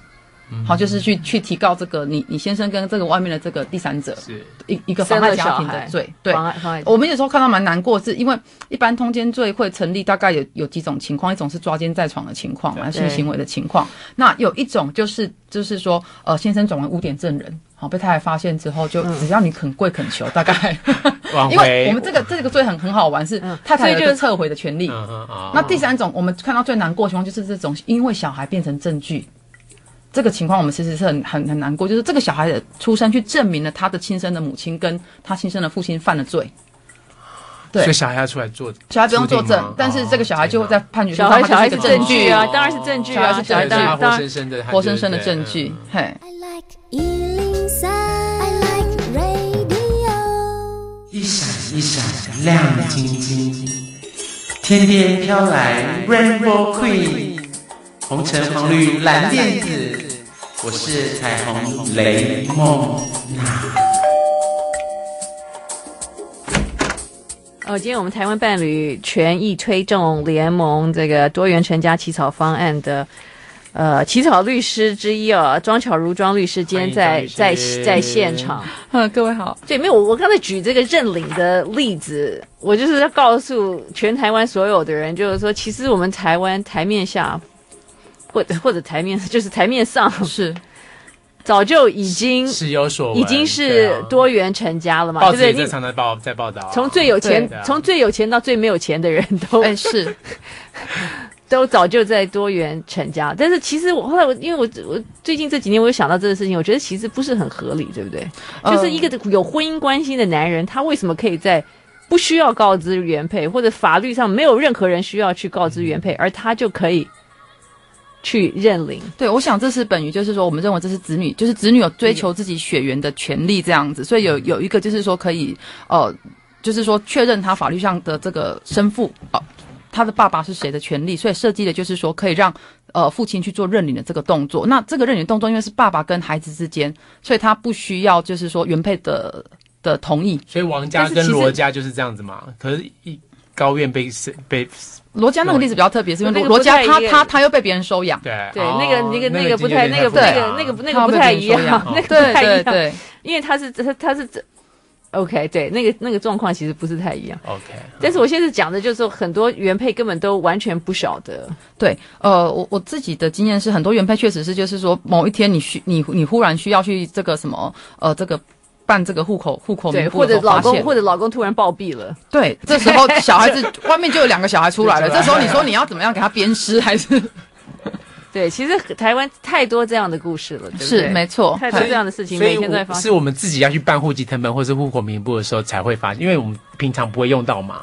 [SPEAKER 4] 嗯
[SPEAKER 5] 好，就是去去提告这个你你先生跟这个外面的这个第三者
[SPEAKER 4] 是
[SPEAKER 5] 一一个
[SPEAKER 3] 生
[SPEAKER 5] 妨碍
[SPEAKER 3] 了
[SPEAKER 5] 家
[SPEAKER 3] 小
[SPEAKER 5] 庭的
[SPEAKER 3] 孩
[SPEAKER 5] 罪，对。
[SPEAKER 3] 妨碍妨碍
[SPEAKER 5] 我们有时候看到蛮难过，是因为一般通奸罪会成立，大概有有几种情况，一种是抓奸在床的情况嘛，性行为的情况。那有一种就是就是说，呃，先生转为污点证人，好被太太发现之后，就只要你肯跪肯求，大 概，
[SPEAKER 4] 挽
[SPEAKER 5] 因为
[SPEAKER 4] 回
[SPEAKER 5] 我们这个这个罪很很好玩，是
[SPEAKER 3] 嗯
[SPEAKER 5] 太太有
[SPEAKER 3] 所以
[SPEAKER 5] 一
[SPEAKER 3] 就
[SPEAKER 5] 个哦撤回的权利。
[SPEAKER 4] 嗯嗯啊，
[SPEAKER 5] 那第三种，我们看到最难过的情况就是这种，因为小孩变成证据，这个情况我们其实是很很很难过，就是这个小孩的出生去证明了他的亲生的母亲跟他亲生的父亲犯了罪，对
[SPEAKER 4] 所以小孩要出来做，
[SPEAKER 5] 小孩不用作
[SPEAKER 4] 注定吗
[SPEAKER 5] 证，但是这个小孩就会在判决书
[SPEAKER 3] 小
[SPEAKER 5] 上，
[SPEAKER 3] 孩
[SPEAKER 5] 他
[SPEAKER 3] 小孩
[SPEAKER 5] 就是一个
[SPEAKER 3] 证
[SPEAKER 5] 证
[SPEAKER 3] 据啊，
[SPEAKER 4] 哦
[SPEAKER 3] 当然是证据
[SPEAKER 5] 小孩
[SPEAKER 3] 啊，
[SPEAKER 5] 是
[SPEAKER 3] 小孩
[SPEAKER 5] 证
[SPEAKER 3] 当
[SPEAKER 4] 对
[SPEAKER 5] 据
[SPEAKER 3] 然
[SPEAKER 4] 啊
[SPEAKER 3] 当
[SPEAKER 4] 活
[SPEAKER 3] 然
[SPEAKER 4] 生生的，
[SPEAKER 5] 活生生的证据
[SPEAKER 4] 嗯。
[SPEAKER 5] 嘿，
[SPEAKER 6] I like Ealing Sound. I like radio.
[SPEAKER 2] 一闪一闪亮晶晶，天边飘来 Rainbow Queen，红橙黄绿蓝靛紫，我是彩虹雷梦娜。
[SPEAKER 3] 哦，今天我们台湾伴侣权益推动联盟这个多元成家起草方案的。呃，起草律师之一哦，庄巧如庄律师今天
[SPEAKER 4] 欢
[SPEAKER 3] 在
[SPEAKER 4] 迎庄
[SPEAKER 3] 在
[SPEAKER 4] 律师
[SPEAKER 3] 在现场。
[SPEAKER 5] 嗯，各位好，
[SPEAKER 3] 对，没有，我我刚才举这个认领的例子，我就是要告诉全台湾所有的人，就是说，其实我们台湾台面下，或者或者台面就是台面 上，
[SPEAKER 5] 是
[SPEAKER 3] 早就已经
[SPEAKER 4] 是有所闻
[SPEAKER 3] 已经
[SPEAKER 4] 对
[SPEAKER 3] 是
[SPEAKER 4] 啊
[SPEAKER 3] 多元成家了嘛，对
[SPEAKER 4] 报
[SPEAKER 3] 不
[SPEAKER 4] 纸也
[SPEAKER 3] 对？
[SPEAKER 4] 在
[SPEAKER 3] 你
[SPEAKER 4] 常常报在报道啊，
[SPEAKER 3] 从最有钱
[SPEAKER 4] 对啊，
[SPEAKER 3] 从最有钱到最没有钱的人都、
[SPEAKER 5] 哎是，
[SPEAKER 3] 都早就在多元成家，但是其实我后来我因为我我最近这几年我有想到这个事情，我觉得其实不是很合理，对不对？就是一个有婚姻关系的男人，他为什么可以在不需要告知原配，或者法律上没有任何人需要去告知原配，而他就可以去认领？
[SPEAKER 5] 对，我想这是本于就是说，我们认为这是子女，就是
[SPEAKER 4] 嗯
[SPEAKER 5] 子女有追求自己血缘的权利这样子，所以有有一个就是说可以呃。就是说确认他法律上的这个生父哦，他的爸爸是谁的权利，所以设计的就是说可以让呃父亲去做认领的这个动作。那这个认领动作因为是爸爸跟孩子之间，所以他不需要就是说原配的的同意。
[SPEAKER 4] 所以王家
[SPEAKER 5] 但
[SPEAKER 4] 跟
[SPEAKER 5] 是其实
[SPEAKER 4] 罗家就是这样子嘛。可是，一高院被是被
[SPEAKER 5] 罗家那个例子比较特别，是因
[SPEAKER 3] 那
[SPEAKER 5] 为
[SPEAKER 3] 个
[SPEAKER 5] 罗
[SPEAKER 3] 不
[SPEAKER 5] 家
[SPEAKER 3] 太
[SPEAKER 5] 他
[SPEAKER 3] 一样
[SPEAKER 5] 他他又被别人收养，
[SPEAKER 4] 对
[SPEAKER 3] 对，
[SPEAKER 4] 哦
[SPEAKER 3] 那个那个那个
[SPEAKER 4] 已经
[SPEAKER 3] 不
[SPEAKER 4] 有
[SPEAKER 3] 太
[SPEAKER 4] 点
[SPEAKER 3] 那个不
[SPEAKER 4] 太
[SPEAKER 3] 那
[SPEAKER 4] 复杂
[SPEAKER 3] 个
[SPEAKER 4] 了
[SPEAKER 3] 那个不那个
[SPEAKER 5] 他要
[SPEAKER 3] 不
[SPEAKER 5] 被
[SPEAKER 3] 太
[SPEAKER 5] 别人
[SPEAKER 3] 一
[SPEAKER 5] 收
[SPEAKER 3] 样
[SPEAKER 5] 养，
[SPEAKER 4] 哦
[SPEAKER 3] 那个不
[SPEAKER 5] 对
[SPEAKER 3] 太一
[SPEAKER 5] 对
[SPEAKER 3] 样，
[SPEAKER 5] 对，
[SPEAKER 3] 因为他是他他是这 OK 对，那个那个状况其实不是太一样。
[SPEAKER 4] OK，
[SPEAKER 3] 但是我现在讲的就是说很多原配根本都完全不晓得，
[SPEAKER 5] 对，呃，我我自己的经验是，很多原配确实是，就是说某一天你需你你忽然需要去这个什么呃这个办这个户口户口
[SPEAKER 3] 对，
[SPEAKER 5] 名簿
[SPEAKER 3] 或
[SPEAKER 5] 的时
[SPEAKER 3] 者
[SPEAKER 5] 候
[SPEAKER 3] 老
[SPEAKER 5] 哦发
[SPEAKER 3] 公
[SPEAKER 5] 现，
[SPEAKER 3] 或者老公突然暴毙了，
[SPEAKER 5] 对，这时候小孩子 外面就有两个小孩出来了，
[SPEAKER 4] 就
[SPEAKER 5] 这
[SPEAKER 4] 出来
[SPEAKER 5] 时候你说你要怎么样给他鞭尸还是
[SPEAKER 3] 对，其实台湾太多这样的故事了，对不对？
[SPEAKER 5] 是没错，
[SPEAKER 3] 太多这样的事情，
[SPEAKER 4] 所以
[SPEAKER 3] 每天都在
[SPEAKER 4] 我
[SPEAKER 3] 发
[SPEAKER 4] 是
[SPEAKER 3] 生。
[SPEAKER 4] 我们自己要去办户籍成本或是户口名簿的时候才会发现，因为我们平常不会用到嘛。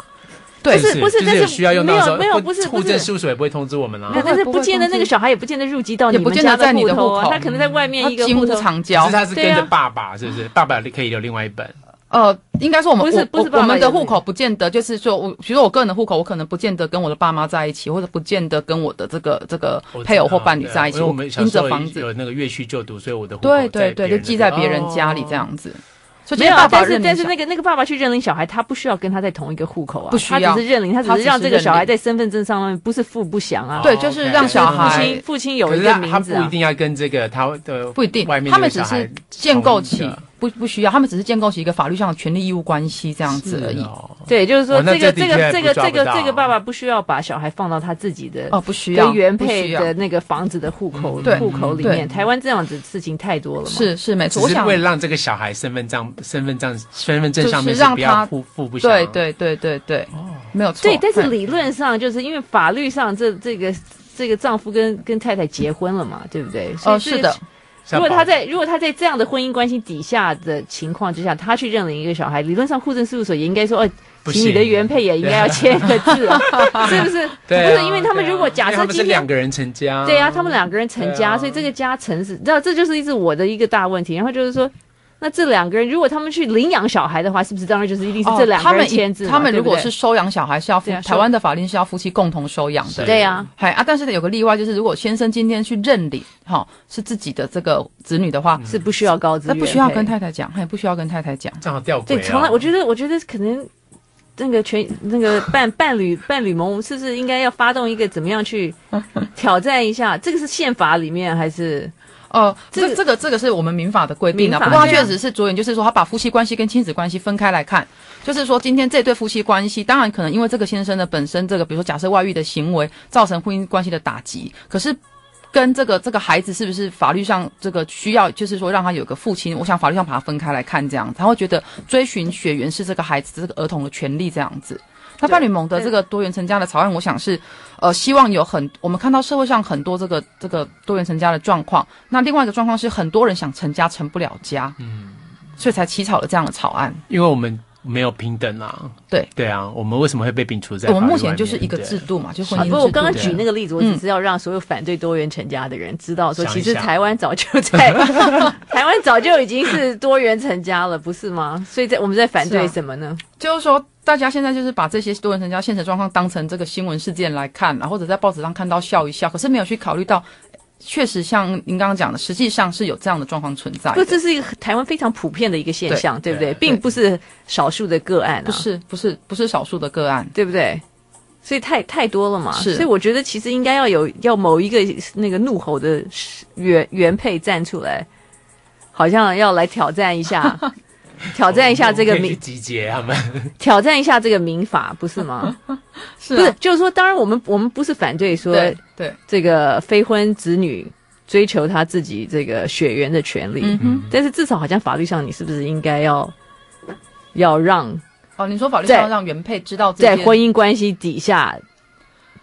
[SPEAKER 5] 对
[SPEAKER 4] 是
[SPEAKER 3] 不是
[SPEAKER 4] 就
[SPEAKER 3] 但
[SPEAKER 4] 是
[SPEAKER 3] 是
[SPEAKER 4] 有需要用到的时候，
[SPEAKER 3] 没有没有
[SPEAKER 4] 或
[SPEAKER 3] 不是不
[SPEAKER 4] 户政
[SPEAKER 3] 是
[SPEAKER 4] 事务所也不会通知我们啊
[SPEAKER 3] 没有。
[SPEAKER 4] 啦
[SPEAKER 5] 不会
[SPEAKER 3] 但是
[SPEAKER 5] 不
[SPEAKER 3] 不
[SPEAKER 5] 会
[SPEAKER 3] 见得
[SPEAKER 5] 控制
[SPEAKER 3] 那个小孩也不见得入籍到你
[SPEAKER 5] 也不
[SPEAKER 3] 们
[SPEAKER 5] 见
[SPEAKER 3] 家
[SPEAKER 5] 得在你
[SPEAKER 3] 户
[SPEAKER 5] 的
[SPEAKER 3] 头
[SPEAKER 5] 户
[SPEAKER 3] 啊，
[SPEAKER 5] 口
[SPEAKER 3] 他可能在外面
[SPEAKER 5] 他
[SPEAKER 3] 一个
[SPEAKER 5] 几
[SPEAKER 3] 户
[SPEAKER 5] 乎
[SPEAKER 3] 头。
[SPEAKER 5] 常
[SPEAKER 4] 只
[SPEAKER 5] 交
[SPEAKER 4] 是。他是
[SPEAKER 3] 对
[SPEAKER 4] 跟
[SPEAKER 3] 啊
[SPEAKER 4] 着爸爸，是不是？爸爸可以留另外一本。
[SPEAKER 5] 呃，应该说我们
[SPEAKER 3] 不是
[SPEAKER 5] 我
[SPEAKER 3] 不是爸爸
[SPEAKER 5] 我我们
[SPEAKER 3] 有
[SPEAKER 5] 的
[SPEAKER 3] 那个
[SPEAKER 5] 户口不见得就是说我，比如说我个人的户口，我可能不见得跟我的爸妈在一起，或者不见得跟我的这个这个
[SPEAKER 4] 我知道
[SPEAKER 5] 配偶或伴侣在
[SPEAKER 4] 对啊
[SPEAKER 5] 一起，
[SPEAKER 4] 因为
[SPEAKER 5] 我
[SPEAKER 4] 我们小
[SPEAKER 5] 因
[SPEAKER 4] 时
[SPEAKER 5] 着
[SPEAKER 4] 候
[SPEAKER 5] 房子
[SPEAKER 4] 有那个越区就读，所以我的户口
[SPEAKER 5] 对对
[SPEAKER 4] 别
[SPEAKER 5] 对，就
[SPEAKER 4] 人的
[SPEAKER 5] 寄在
[SPEAKER 4] 地
[SPEAKER 5] 别人
[SPEAKER 4] 方
[SPEAKER 5] 家里
[SPEAKER 4] 哦
[SPEAKER 5] 这样子。所以
[SPEAKER 3] 没有
[SPEAKER 5] 爸
[SPEAKER 3] 啊，
[SPEAKER 5] 爸
[SPEAKER 3] 但是
[SPEAKER 5] 认领
[SPEAKER 3] 但是
[SPEAKER 5] 小
[SPEAKER 3] 那个那个爸爸去认领小孩，他不需要跟他在同一个户口啊，
[SPEAKER 5] 不需要
[SPEAKER 3] 他只是认领，他只
[SPEAKER 5] 他只
[SPEAKER 3] 是
[SPEAKER 5] 是
[SPEAKER 3] 让这个小孩
[SPEAKER 5] 认领
[SPEAKER 3] 在身份证上面不是父不详啊，
[SPEAKER 5] 对，
[SPEAKER 4] 哦
[SPEAKER 5] 就是
[SPEAKER 4] ，OK
[SPEAKER 5] 让
[SPEAKER 3] 就是
[SPEAKER 5] 小
[SPEAKER 3] 父
[SPEAKER 5] 孩
[SPEAKER 3] 亲父亲有
[SPEAKER 4] 可
[SPEAKER 3] 一
[SPEAKER 4] 是
[SPEAKER 3] 个
[SPEAKER 4] 他他
[SPEAKER 3] 名字
[SPEAKER 4] 不一
[SPEAKER 3] 啊，
[SPEAKER 4] 定要跟这个他的
[SPEAKER 5] 不一定
[SPEAKER 4] 外面，
[SPEAKER 5] 他
[SPEAKER 4] 那个
[SPEAKER 5] 们只
[SPEAKER 4] 小
[SPEAKER 5] 是
[SPEAKER 4] 孩
[SPEAKER 5] 建构
[SPEAKER 4] 同
[SPEAKER 5] 起
[SPEAKER 4] 一个，
[SPEAKER 5] 不不需要，他们只是建构起一个法律上的权利义务关系这样
[SPEAKER 3] 呃
[SPEAKER 5] 子而已
[SPEAKER 4] 是。哦
[SPEAKER 3] 对，就是说
[SPEAKER 4] 哦那
[SPEAKER 3] 这个
[SPEAKER 4] 这的
[SPEAKER 3] 这
[SPEAKER 4] 确
[SPEAKER 3] 个这个这
[SPEAKER 4] 抓不到
[SPEAKER 3] 个
[SPEAKER 5] 啊
[SPEAKER 3] 这个爸爸不需要把小孩放到他自己的
[SPEAKER 5] 哦，不需要，
[SPEAKER 3] 跟原
[SPEAKER 5] 不需
[SPEAKER 3] 配
[SPEAKER 5] 要嗯
[SPEAKER 3] 的那个房子的户口
[SPEAKER 5] 对
[SPEAKER 3] 户口里
[SPEAKER 5] 对
[SPEAKER 3] 面，台湾这样子事情太多了嘛，
[SPEAKER 5] 是是没
[SPEAKER 4] 只
[SPEAKER 5] 错。我
[SPEAKER 4] 是
[SPEAKER 5] 想
[SPEAKER 4] 为了让这个小孩身份证、身份证、身份证上面
[SPEAKER 5] 就是让
[SPEAKER 4] 不要
[SPEAKER 5] 他
[SPEAKER 4] 互互不详啊
[SPEAKER 5] 对对对对对，
[SPEAKER 4] 哦
[SPEAKER 5] 没有错。
[SPEAKER 3] 对，但是
[SPEAKER 5] 嘿
[SPEAKER 3] 理论上就是因为法律上这这个这个丈夫跟跟太太结婚了嘛，对不对？所以
[SPEAKER 5] 哦
[SPEAKER 3] 这个
[SPEAKER 5] 是的，
[SPEAKER 4] 是
[SPEAKER 3] 如
[SPEAKER 4] 要
[SPEAKER 3] 果他
[SPEAKER 4] 保
[SPEAKER 3] 在如果他在这样的婚姻关系底下的情况之下，他去认领一个小孩，理论上户政事务所也应该说，哦，
[SPEAKER 4] 不
[SPEAKER 3] 请你
[SPEAKER 4] 行
[SPEAKER 3] 的原配也应该要签个字 啊，是不是？
[SPEAKER 4] 对啊
[SPEAKER 3] 不是，因为他们
[SPEAKER 4] 对啊
[SPEAKER 3] 如果假
[SPEAKER 4] 因为他
[SPEAKER 3] 设
[SPEAKER 4] 们是
[SPEAKER 3] 今天
[SPEAKER 4] 两。个人成家，
[SPEAKER 3] 对啊，他们两个人成
[SPEAKER 4] 对
[SPEAKER 3] 家，
[SPEAKER 4] 啊
[SPEAKER 3] 所以这个家成是，那这就是一直我的一个大问题。然后就是说，那这两个人如果他们去领养小孩的话，是不是当然就是一定是
[SPEAKER 5] 哦
[SPEAKER 3] 这两
[SPEAKER 5] 他
[SPEAKER 3] 个人
[SPEAKER 5] 们一
[SPEAKER 3] 签字嘛、
[SPEAKER 5] 他们
[SPEAKER 3] 对
[SPEAKER 5] 如
[SPEAKER 3] 不
[SPEAKER 5] 果
[SPEAKER 3] 对
[SPEAKER 5] 是收养小孩是要夫
[SPEAKER 3] 对啊，收
[SPEAKER 5] 台湾的法令是要夫妻共同收养的。
[SPEAKER 4] 是
[SPEAKER 3] 对啊，
[SPEAKER 5] 嗨啊，但是有个例外，就是如果先生今天去认领，哈，是自己的这个子女的话，
[SPEAKER 3] 是不需要告知
[SPEAKER 5] 那
[SPEAKER 3] 嗯原配，
[SPEAKER 5] 不需要跟太啊太讲，嘿，不需要跟太太讲。
[SPEAKER 4] 正好吊诡
[SPEAKER 3] 对，
[SPEAKER 4] 哦。
[SPEAKER 3] 从来我觉得，我觉得可能那个全那个伴伴侣伴侣盟是不是应该要发动一个怎么样 去挑战一下？这个是宪法里面还是
[SPEAKER 5] 哦，
[SPEAKER 3] 这
[SPEAKER 5] 这这个这个是我们民法的规定啊，
[SPEAKER 3] 民法
[SPEAKER 5] 不过它
[SPEAKER 3] 对啊
[SPEAKER 5] 确实是着眼，就是说他把夫妻关系跟亲子关系分开来看，就是说今天这对夫妻关系，当然可能因为这个先生的本身这个，比如说假设外遇的行为造成婚姻关系的打击，可是。跟这个这个孩子是不是法律上这个需要，就是说让他有个父亲，我想法律上把它分开来看，这样他会觉得追寻血缘是这个孩子这个儿童的权利这样子。那伴侣盟的这个多元成家的草案，我想是呃，希望有很我们看到社会上很多这个这个多元成家的状况。那另外一个状况是，很多人想成家成不了家，嗯，所以才起草了这样的草案。
[SPEAKER 4] 因为我们没有平等啊。
[SPEAKER 5] 对
[SPEAKER 4] 对啊，我们为什么会被摒除在
[SPEAKER 5] 我
[SPEAKER 4] 法律外面？
[SPEAKER 5] 们目前就是一个
[SPEAKER 4] 对
[SPEAKER 5] 制度嘛，就婚
[SPEAKER 3] 啊？
[SPEAKER 5] 姻制
[SPEAKER 3] 不
[SPEAKER 5] 度。
[SPEAKER 3] 过我刚刚
[SPEAKER 4] 对
[SPEAKER 3] 举那个例子，我只是要让所有反对多元成家的人知道，说
[SPEAKER 4] 想一
[SPEAKER 3] 其实
[SPEAKER 4] 想
[SPEAKER 3] 台湾早就在台湾早就已经是多元成家了，不是吗？所以在我们在反对
[SPEAKER 5] 是啊
[SPEAKER 3] 什么呢？
[SPEAKER 5] 就是说，大家现在就是把这些多元成家现实状况当成这个新闻事件来看，然后或者在报纸上看到笑一笑，可是没有去考虑到，确实像您刚刚讲的，实际上是有这样的状况存在
[SPEAKER 3] 不过
[SPEAKER 5] 的。
[SPEAKER 3] 这是一个台湾非常普遍的一个现
[SPEAKER 5] 对
[SPEAKER 3] 象，对不对？
[SPEAKER 4] 对
[SPEAKER 3] 并不是少数的个案啊，
[SPEAKER 5] 不是不是不是少数的个案，
[SPEAKER 3] 对不对？所以太太多了嘛，
[SPEAKER 5] 是
[SPEAKER 3] 所以我觉得其实应该要有要某一个那个怒吼的原原配站出来，好像要来挑战一下，挑战一下这
[SPEAKER 4] 我
[SPEAKER 3] 个
[SPEAKER 4] 们可以去
[SPEAKER 3] 民，
[SPEAKER 4] 集结他们。
[SPEAKER 3] 挑战一下这个民法，不是吗？
[SPEAKER 5] 是啊
[SPEAKER 3] 不是，啊就是说，当然我们我们不是反对说
[SPEAKER 5] 对对，
[SPEAKER 3] 这个非婚子女追求他自己这个血缘的权利，
[SPEAKER 5] 嗯哼，
[SPEAKER 3] 但是至少好像法律上你是不是应该要要让
[SPEAKER 5] 哦，你说法律上
[SPEAKER 3] 在
[SPEAKER 5] 要让原配知道这
[SPEAKER 3] 在
[SPEAKER 5] 件
[SPEAKER 3] 婚姻关系底下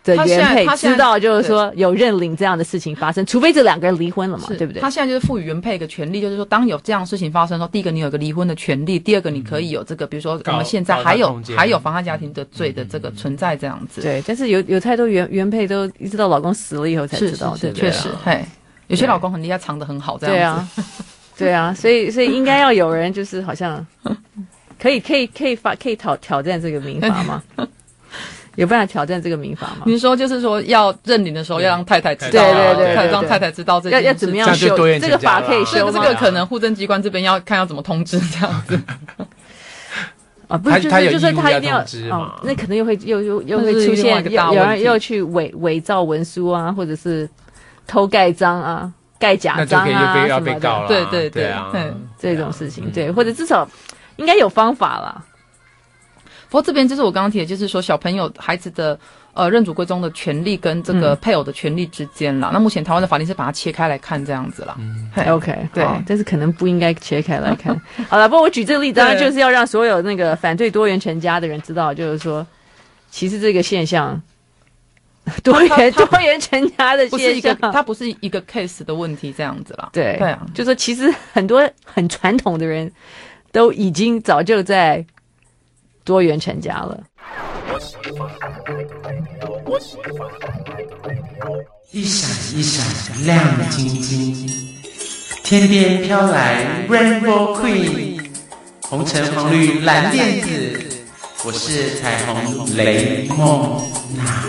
[SPEAKER 3] 的
[SPEAKER 5] 他现
[SPEAKER 3] 原
[SPEAKER 5] 在
[SPEAKER 3] 配
[SPEAKER 5] 他现在
[SPEAKER 3] 知道，就是说有认领这样的事情发生，除非这两个人离婚了嘛，
[SPEAKER 5] 是
[SPEAKER 3] 对不对
[SPEAKER 5] 他？现在就是赋予原配一个权利，就是说，当有这样的事情发生的时候，第一个你有一个离婚的权利，第二个你可以有这个，比如说我
[SPEAKER 4] 告
[SPEAKER 3] 嗯
[SPEAKER 5] 们现在
[SPEAKER 4] 告他
[SPEAKER 5] 还有
[SPEAKER 4] 通奸
[SPEAKER 5] 还有妨害家庭的罪的这个存在这样子。
[SPEAKER 3] 对，但是有有太多原原配都一直到老公死了以后才
[SPEAKER 5] 是
[SPEAKER 3] 知道，对
[SPEAKER 5] 是
[SPEAKER 3] 不对
[SPEAKER 5] 确
[SPEAKER 3] 啊？
[SPEAKER 5] 实，嘿，有些老公很厉害，藏得很好这
[SPEAKER 3] 对
[SPEAKER 5] 样子。
[SPEAKER 3] 啊，对啊，所以所以应该要有人就是好像可以可以可以发可以挑挑战这个民法 吗？有办法挑战这个民法吗？
[SPEAKER 5] 您说就是说要认领的时候要让太太知道，
[SPEAKER 4] 对对对
[SPEAKER 5] 太
[SPEAKER 4] 对
[SPEAKER 5] 让太太知道这
[SPEAKER 3] 要
[SPEAKER 5] 件
[SPEAKER 3] 要
[SPEAKER 5] 事
[SPEAKER 3] 怎么
[SPEAKER 5] 情
[SPEAKER 3] 样
[SPEAKER 4] 这样
[SPEAKER 3] 修
[SPEAKER 4] 就多元
[SPEAKER 3] 这个
[SPEAKER 4] 成家
[SPEAKER 3] 法
[SPEAKER 4] 了
[SPEAKER 3] 可以
[SPEAKER 5] 这
[SPEAKER 3] 修啊
[SPEAKER 5] 个这
[SPEAKER 3] 吗？
[SPEAKER 5] 个可能户政机关这边要看要怎么通知这样子，
[SPEAKER 3] 啊，不
[SPEAKER 4] 他
[SPEAKER 3] 是，就
[SPEAKER 4] 他有
[SPEAKER 3] 是就是
[SPEAKER 4] 义务
[SPEAKER 3] 他
[SPEAKER 4] 要
[SPEAKER 3] 一定要
[SPEAKER 4] 通知
[SPEAKER 3] 哦
[SPEAKER 4] 嘛，
[SPEAKER 3] 那可能又会又又又
[SPEAKER 5] 那
[SPEAKER 3] 会
[SPEAKER 5] 是
[SPEAKER 3] 出
[SPEAKER 5] 另外一
[SPEAKER 3] 现
[SPEAKER 5] 个
[SPEAKER 3] 有
[SPEAKER 5] 大
[SPEAKER 3] 有
[SPEAKER 5] 问
[SPEAKER 3] 人
[SPEAKER 5] 题
[SPEAKER 3] 又去伪伪造文书啊，或者是偷盖章啊、盖假
[SPEAKER 4] 那就
[SPEAKER 3] 章
[SPEAKER 4] 可以
[SPEAKER 3] 啊
[SPEAKER 4] 又被要
[SPEAKER 3] 什
[SPEAKER 4] 被
[SPEAKER 3] 么
[SPEAKER 4] 告
[SPEAKER 3] 的
[SPEAKER 4] 了啊。嗯
[SPEAKER 5] 对对对
[SPEAKER 4] 啊，
[SPEAKER 5] 对
[SPEAKER 3] 这种事情，对，或者至少应该有方法啦。
[SPEAKER 5] 不过这边就是我刚刚提的，就是说小朋友孩子的呃认祖归宗的权利跟这
[SPEAKER 3] 嗯
[SPEAKER 5] 个配偶的权利之间啦。那目前台湾的法令是把它切开来看这样子啦。
[SPEAKER 3] 嗯
[SPEAKER 5] 嘿
[SPEAKER 3] OK，
[SPEAKER 5] 对
[SPEAKER 3] 好但是可能不应该切开来看。 好了，不过我举这个例子，当然
[SPEAKER 5] 对
[SPEAKER 3] 就是要让所有那个反对多元成家的人知道，就是说，其实这个现象，多 元
[SPEAKER 5] 它它
[SPEAKER 3] 多元成家的
[SPEAKER 5] 不是
[SPEAKER 3] 现
[SPEAKER 5] 一个
[SPEAKER 3] 象，，
[SPEAKER 5] 它不是一个 case 的问题这样子啦。
[SPEAKER 3] 对，
[SPEAKER 5] 对啊，
[SPEAKER 3] 就说其实很多很传统的人都已经早就在多元成家了。
[SPEAKER 2] 一闪一闪亮晶晶，天边飘来 Rainbow Queen，红橙黄绿蓝靛紫，我是彩虹雷梦娜。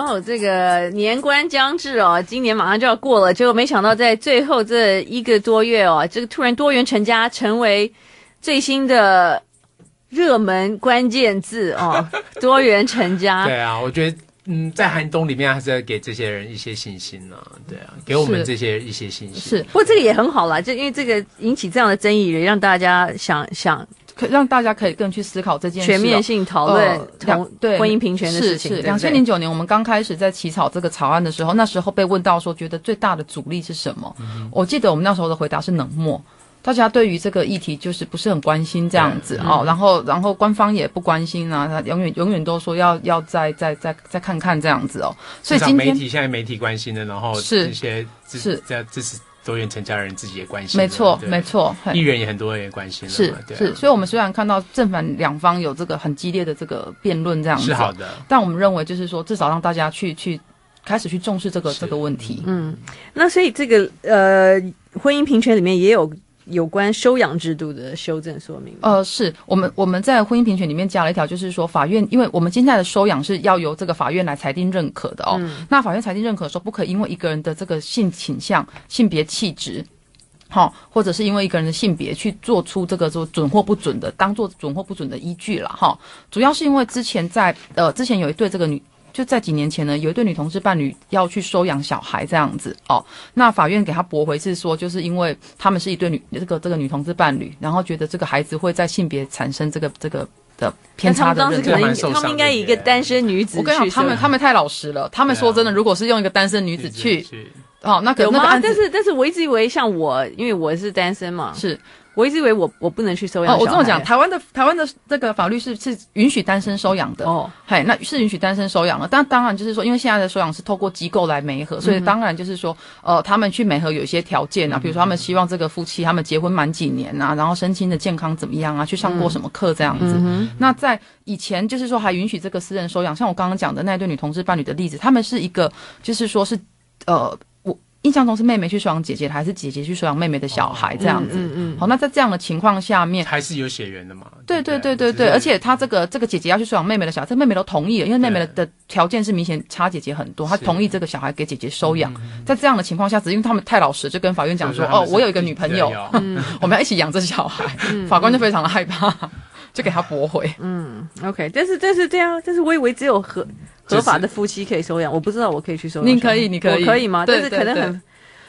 [SPEAKER 3] 哦，这个年关将至哦，今年马上就要过了，结果没想到在最后这一个多月哦，这个突然多元成家成为最新的热门关键字 哦，多元成家。
[SPEAKER 4] 对啊，我觉得。嗯，在寒冬里面还是要给这些人一些信心呢、对啊，给我们
[SPEAKER 5] 是
[SPEAKER 4] 这些人一些信心。
[SPEAKER 5] 是
[SPEAKER 3] 不过这个也很好啦，就因为这个引起这样的争议，也让大家想想
[SPEAKER 5] 可让大家可以更去思考这件事哦、
[SPEAKER 3] 全面性讨论
[SPEAKER 5] 呃
[SPEAKER 3] 同
[SPEAKER 5] 两对
[SPEAKER 3] 婚姻平权的事情。
[SPEAKER 5] 是是，
[SPEAKER 3] 对不
[SPEAKER 5] 两
[SPEAKER 3] 对
[SPEAKER 5] 千零九年我们刚开始在起草这个草案的时候，那时候被问到说，觉得最大的阻力是什么？
[SPEAKER 4] 嗯
[SPEAKER 5] 我记得我们那时候的回答是冷漠。大家对于这个议题就是不是很关心这样
[SPEAKER 3] 嗯
[SPEAKER 5] 子哦，然后然后官方也不关心啊，他永远永远都说要要再再再再看看这样子哦，
[SPEAKER 4] 至
[SPEAKER 5] 所以
[SPEAKER 4] 少
[SPEAKER 5] 今
[SPEAKER 4] 媒
[SPEAKER 5] 天
[SPEAKER 4] 体现在媒体关心的，然后
[SPEAKER 5] 是
[SPEAKER 4] 这些支
[SPEAKER 5] 是
[SPEAKER 4] 这支持多元成家人自己也关心了，
[SPEAKER 5] 没错
[SPEAKER 4] 对
[SPEAKER 5] 没，错，嘿
[SPEAKER 4] 艺人也很多人也关心了
[SPEAKER 5] 是
[SPEAKER 4] 嘛，对啊
[SPEAKER 5] 是，所以我们虽然看到正反两方有这个很激烈的这个辩论这样子，
[SPEAKER 4] 是好的，
[SPEAKER 5] 但我们认为就是说，至少让大家去去开始去重视这个这个问题。嗯，
[SPEAKER 3] 那所以这个呃，婚姻平权里面也有有关收养制度的修正说明。
[SPEAKER 5] 呃，是我们我们在婚姻平权里面加了一条，就是说法院，因为我们现在的收养是要由这个法院来裁定认可的哦。
[SPEAKER 3] 嗯
[SPEAKER 5] 那法院裁定认可的时候，不可以因为一个人的这个性倾向、性别气质。好，或者是因为一个人的性别去做出这个说准或不准的，当做准或不准的依据了哈。主要是因为之前在呃，之前有一对这个女，就在几年前呢，有一对女同志伴侣要去收养小孩这样子哦，那法院给他驳回是说，就是因为他们是一对女这个这个女同志伴侣，然后觉得这个孩子会在性别产生这个这个的
[SPEAKER 3] 但
[SPEAKER 5] 偏
[SPEAKER 3] 他
[SPEAKER 5] 差
[SPEAKER 3] 们当
[SPEAKER 5] 的
[SPEAKER 3] 时可
[SPEAKER 5] 认知
[SPEAKER 3] 能
[SPEAKER 4] 这个
[SPEAKER 3] 应
[SPEAKER 4] 蛮受
[SPEAKER 3] 他
[SPEAKER 4] 伤
[SPEAKER 3] 们
[SPEAKER 4] 的
[SPEAKER 3] 应该以一个
[SPEAKER 4] 耶
[SPEAKER 3] 单身女子
[SPEAKER 5] 我跟你
[SPEAKER 3] 去啊
[SPEAKER 5] 讲，他们
[SPEAKER 3] 收
[SPEAKER 5] 他们太老实了。他们说真的，如果是用一个单身女子去，哦，那可
[SPEAKER 3] 有
[SPEAKER 5] 那个
[SPEAKER 3] 吗？
[SPEAKER 5] 案
[SPEAKER 3] 但
[SPEAKER 5] 子
[SPEAKER 3] 是但是我一直以为像我，因为我是单身嘛，
[SPEAKER 5] 是
[SPEAKER 3] 我一直以为我我不能去收养
[SPEAKER 5] 哦，我这么
[SPEAKER 3] 小孩
[SPEAKER 5] 讲，台湾的台湾的这个法律是是允许单身收养的
[SPEAKER 3] 哦，
[SPEAKER 5] 嗨，那是允许单身收养了，但当然就是说，因为现在的收养是透过机构来媒合，
[SPEAKER 3] 嗯
[SPEAKER 5] 所以当然就是说，呃，他们去媒合有一些条件啊，比如说他们希望这个夫妻他们结婚满几年啊，然后身心的健康怎么样啊，去
[SPEAKER 3] 嗯
[SPEAKER 5] 上过什么课这样子。那在以前就是说还允许这个私人收养，像我刚刚讲的那一对女同志伴侣的例子，他们是一个就是说是呃。我印象中是妹妹去收养姐姐的，还是姐姐去收养妹妹的小孩这样子？哦
[SPEAKER 3] 嗯嗯
[SPEAKER 5] 好，那在这样的情况下面，
[SPEAKER 4] 还是有血缘的嘛？
[SPEAKER 5] 对对
[SPEAKER 4] 对
[SPEAKER 5] 对
[SPEAKER 4] 不对
[SPEAKER 5] 对对，
[SPEAKER 4] 就是
[SPEAKER 5] 而且她这个这个姐姐要去收养妹妹的小孩，这妹妹都同意了，因为妹妹的条件是明显差姐姐很多，她
[SPEAKER 4] 是
[SPEAKER 5] 同意这个小孩给姐姐收养。在这样的情况下，只是因为他们太老实，就跟法院讲说：“
[SPEAKER 4] 他
[SPEAKER 5] 哦
[SPEAKER 4] 们，是
[SPEAKER 5] 我有一个女朋友嗯
[SPEAKER 4] 对，啊
[SPEAKER 5] 我们要一起养这小孩。”法官就非常的害怕，就给他驳回。
[SPEAKER 3] ，OK，但是但是这样，但是我以为只有合
[SPEAKER 4] 就是
[SPEAKER 3] 合法的夫妻可以收养，我不知道我可以去收养小孩，
[SPEAKER 5] 你可以你可以
[SPEAKER 3] 我可以吗？
[SPEAKER 5] 对
[SPEAKER 3] 但是可能
[SPEAKER 5] 对
[SPEAKER 3] 很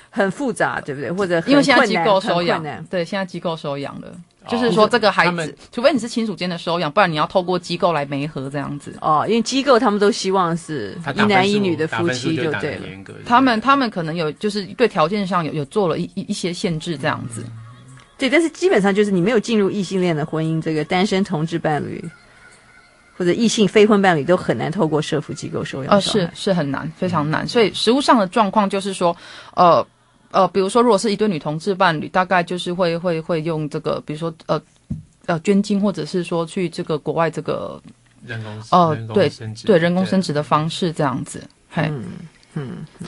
[SPEAKER 3] 很复杂，对不对？或者很
[SPEAKER 5] 因为现在
[SPEAKER 3] 困
[SPEAKER 5] 机
[SPEAKER 3] 难
[SPEAKER 5] 构
[SPEAKER 3] 很
[SPEAKER 5] 收
[SPEAKER 3] 困
[SPEAKER 5] 养
[SPEAKER 3] 难，
[SPEAKER 5] 对，现在机构收养了，
[SPEAKER 4] 哦
[SPEAKER 5] 就是说这个孩
[SPEAKER 4] 他们
[SPEAKER 5] 子，除非你是亲属间的收养，不然你要透过机构来媒合这样子。
[SPEAKER 3] 哦，因为机构他们都希望是
[SPEAKER 4] 他打
[SPEAKER 3] 一
[SPEAKER 4] 分
[SPEAKER 3] 男一
[SPEAKER 4] 数
[SPEAKER 3] 女的
[SPEAKER 4] 打
[SPEAKER 3] 夫
[SPEAKER 4] 分数
[SPEAKER 3] 妻
[SPEAKER 4] 就打得
[SPEAKER 3] 对了
[SPEAKER 4] 很。严格
[SPEAKER 5] 他们他们可能有就是对条件上有有做了一一一些限制这样子。
[SPEAKER 3] 对，但是基本上就是你没有进入异性恋的婚姻，这个单身同志伴侣或者异性非婚伴侣都很难透过社福机构收养
[SPEAKER 5] 呃，
[SPEAKER 3] 小孩。
[SPEAKER 5] 是是很难，非常
[SPEAKER 3] 嗯
[SPEAKER 5] 难。所以实物上的状况就是说，呃呃，比如说，如果是一对女同志伴侣，大概就是会会会用这个，比如说呃呃捐精，或者是说去这个国外这个
[SPEAKER 4] 人工
[SPEAKER 5] 哦
[SPEAKER 4] 人工
[SPEAKER 5] 对
[SPEAKER 4] 生殖
[SPEAKER 5] 对人工生嗯
[SPEAKER 4] 殖
[SPEAKER 5] 殖的方式这样子。嘿，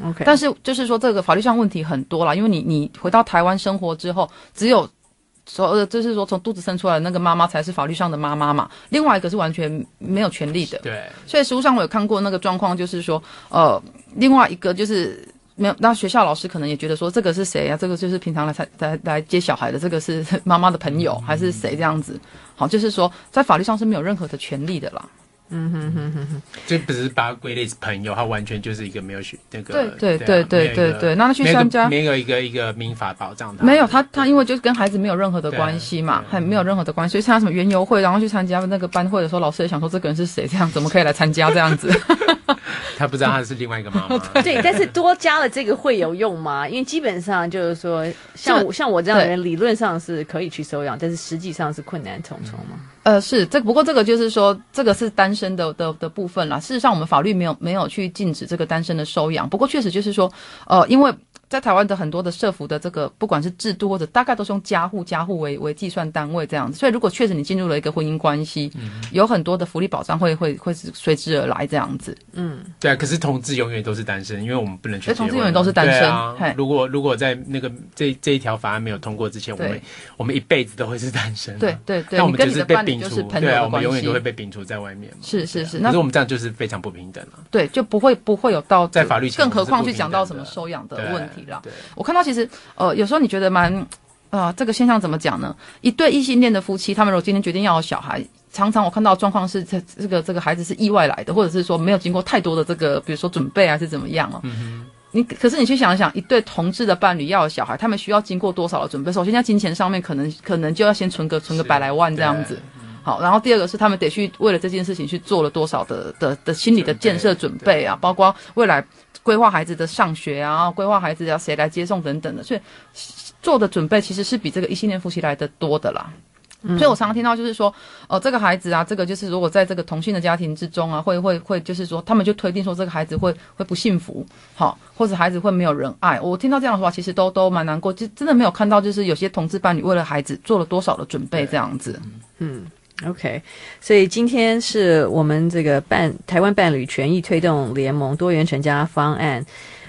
[SPEAKER 3] OK，
[SPEAKER 5] 但是就是说，这个法律上问题很多啦，因为你你回到台湾生活之后，只有所呃，就是说从肚子生出来的那个妈妈才是法律上的妈妈嘛，另外一个是完全没有权利的。
[SPEAKER 4] 对，
[SPEAKER 5] 所以实务上我有看过那个状况，就是说，呃，另外一个就是没有，那学校老师可能也觉得说这个是谁啊？这个就是平常来才来来接小孩的，这个是 妈妈的朋友还是谁这样子？好，就是说在法律上是没有任何的权利的啦。
[SPEAKER 4] 就不是把它归类是朋友，他完全就是一个没有学那个
[SPEAKER 5] 对对
[SPEAKER 4] 对啊
[SPEAKER 5] 对
[SPEAKER 4] 没有一
[SPEAKER 5] 对
[SPEAKER 4] 个
[SPEAKER 5] 对那那去
[SPEAKER 4] 没有一个
[SPEAKER 5] 参加
[SPEAKER 4] 没有一个一个民法保障的，
[SPEAKER 5] 没有，他他因为就是跟孩子没有任何的
[SPEAKER 4] 对啊
[SPEAKER 5] 关系嘛，
[SPEAKER 4] 对
[SPEAKER 5] 还没有任何的关系，所以参加什么园游会，然后去参加那个班会的时候，老师也想说这个人是谁，这样怎么可以来参加这样子？
[SPEAKER 4] 他不知道他是另外一个妈 妈，
[SPEAKER 3] 对，但是多加了这个会有用吗？因为基本上就是说，像我像我这样的人，理论上是可以去收养，但是实际上是困难重重嘛。
[SPEAKER 5] 呃，是这不过这个就是说，这个是单身的的的部分啦。事实上，我们法律没有没有去禁止这个单身的收养，不过确实就是说，呃，因为在台湾的很多的社服的这个不管是制度或者大概都是用家户家户为为计算单位这样子，所以如果确实你进入了一个婚姻关系，
[SPEAKER 4] 嗯
[SPEAKER 5] 有很多的福利保障会会会是随之而来这样子。
[SPEAKER 4] 对啊，可是同志永远都是单身，因为我们不能去
[SPEAKER 5] 所以
[SPEAKER 4] 结婚
[SPEAKER 5] 同
[SPEAKER 4] 嘛。
[SPEAKER 5] 志永远都是单身
[SPEAKER 4] 对啊
[SPEAKER 5] 嘿、
[SPEAKER 4] 如果如果在那个这这一条法案没有通过之前，我
[SPEAKER 5] 对
[SPEAKER 4] 们我们一辈子都会是单身啊、
[SPEAKER 5] 对对对
[SPEAKER 4] 那我
[SPEAKER 5] 你
[SPEAKER 4] 们
[SPEAKER 5] 跟
[SPEAKER 4] 就
[SPEAKER 5] 你的
[SPEAKER 4] 被
[SPEAKER 5] 伴侣
[SPEAKER 4] 摒
[SPEAKER 5] 就是
[SPEAKER 4] 除，
[SPEAKER 5] 朋友
[SPEAKER 4] 对
[SPEAKER 5] 的
[SPEAKER 4] 啊，我们
[SPEAKER 5] 关
[SPEAKER 4] 永远
[SPEAKER 5] 系
[SPEAKER 4] 都会被摒除在外面嘛。啊
[SPEAKER 5] 是是是，
[SPEAKER 4] 可
[SPEAKER 5] 那
[SPEAKER 4] 是我们这样就是非常不平等啊，
[SPEAKER 5] 对就不会不会有到
[SPEAKER 4] 在法律前
[SPEAKER 5] 更何况
[SPEAKER 4] 我们是不
[SPEAKER 5] 去讲到
[SPEAKER 4] 平
[SPEAKER 5] 什
[SPEAKER 4] 等
[SPEAKER 5] 么
[SPEAKER 4] 的
[SPEAKER 5] 收养的
[SPEAKER 4] 对
[SPEAKER 5] 问题啦。
[SPEAKER 4] 对，
[SPEAKER 5] 我看到其实呃，有时候你觉得蛮啊、这个现象怎么讲呢？一对异性恋的夫妻，他们如果今天决定要有小孩，常常我看到的状况是这这个这个孩子是意外来的，或者是说没有经过太多的这个，比如说准备还是怎么样哦。你可是你去想一想，一对同志的伴侣要有小孩，他们需要经过多少的准备？首先在金钱上面，可能可能就要先存个存个
[SPEAKER 4] 是
[SPEAKER 5] 百来万这样子
[SPEAKER 4] 对。
[SPEAKER 5] 好，然后第二个是他们得去为了这件事情去做了多少的的的心理的建设准备啊，包括未来规划孩子的上学啊，规划孩子要谁来接送等等的，所以做的准备其实是比这个异性恋夫妻来的多的啦。所以我常常听到就是说，哦、这个孩子啊，这个就是如果在这个同性的家庭之中啊，会会会，就是说他们就推定说这个孩子会会不幸福，好、或者孩子会没有人爱。我听到这样的话，其实都都蛮难过，就真的没有看到就是有些同志伴侣为了孩子做了多少的准备这样子。
[SPEAKER 3] OK，所以今天是我们这个伴台湾伴侣权益推动联盟多元成家方案。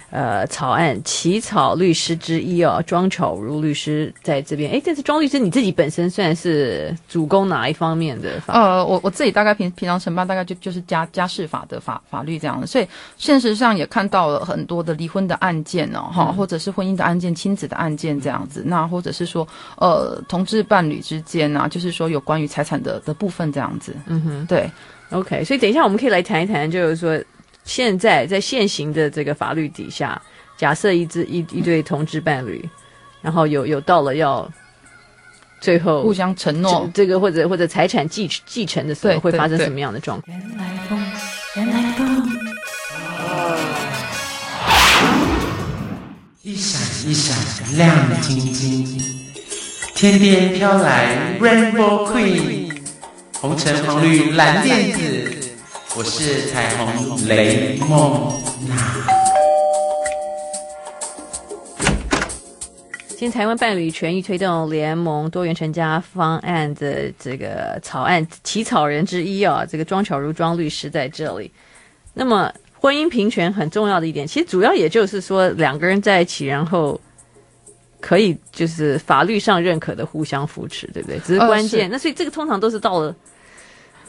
[SPEAKER 3] 呃，草案起草律师之一哦，庄巧如律师在这边。诶，但是庄律师你自己本身算是主攻哪一方面的法？
[SPEAKER 5] 呃，我我自己大概平平常承办大概就就是家家事法的法法律这样的，所以现实上也看到了很多的离婚的案件哦，哈、或者是婚姻的案件、亲子的案件这样子，那或者是说呃同志伴侣之间啊，就是说有关于财产的的部分这样子，嗯哼，对，
[SPEAKER 3] OK，所以等一下我们可以来谈一谈，就是说现在在现行的这个法律底下，假设一只一一对同志伴侣，然后有有到了要最后
[SPEAKER 5] 互相承诺
[SPEAKER 3] 这，这个或者或者财产继继承的时候，
[SPEAKER 5] 对
[SPEAKER 3] 会发生
[SPEAKER 5] 对对
[SPEAKER 3] 什么样的状况？
[SPEAKER 1] 人来疯，人来疯，
[SPEAKER 2] 一闪一闪亮晶晶，天边飘来 Rainbow Queen，红橙黄绿蓝靛紫，我是彩虹雷梦娜。
[SPEAKER 3] 今天台湾伴侣权益推动联盟多元成家方案的这个草案起草人之一啊，这个庄巧如庄律师在这里。那么，婚姻平权很重要的一点，其实主要也就是说两个人在一起，然后可以就是法律上认可的互相扶持，对不对？只是
[SPEAKER 5] 呃
[SPEAKER 3] 关键。
[SPEAKER 5] 是
[SPEAKER 3] 那所以这个通常都是到了。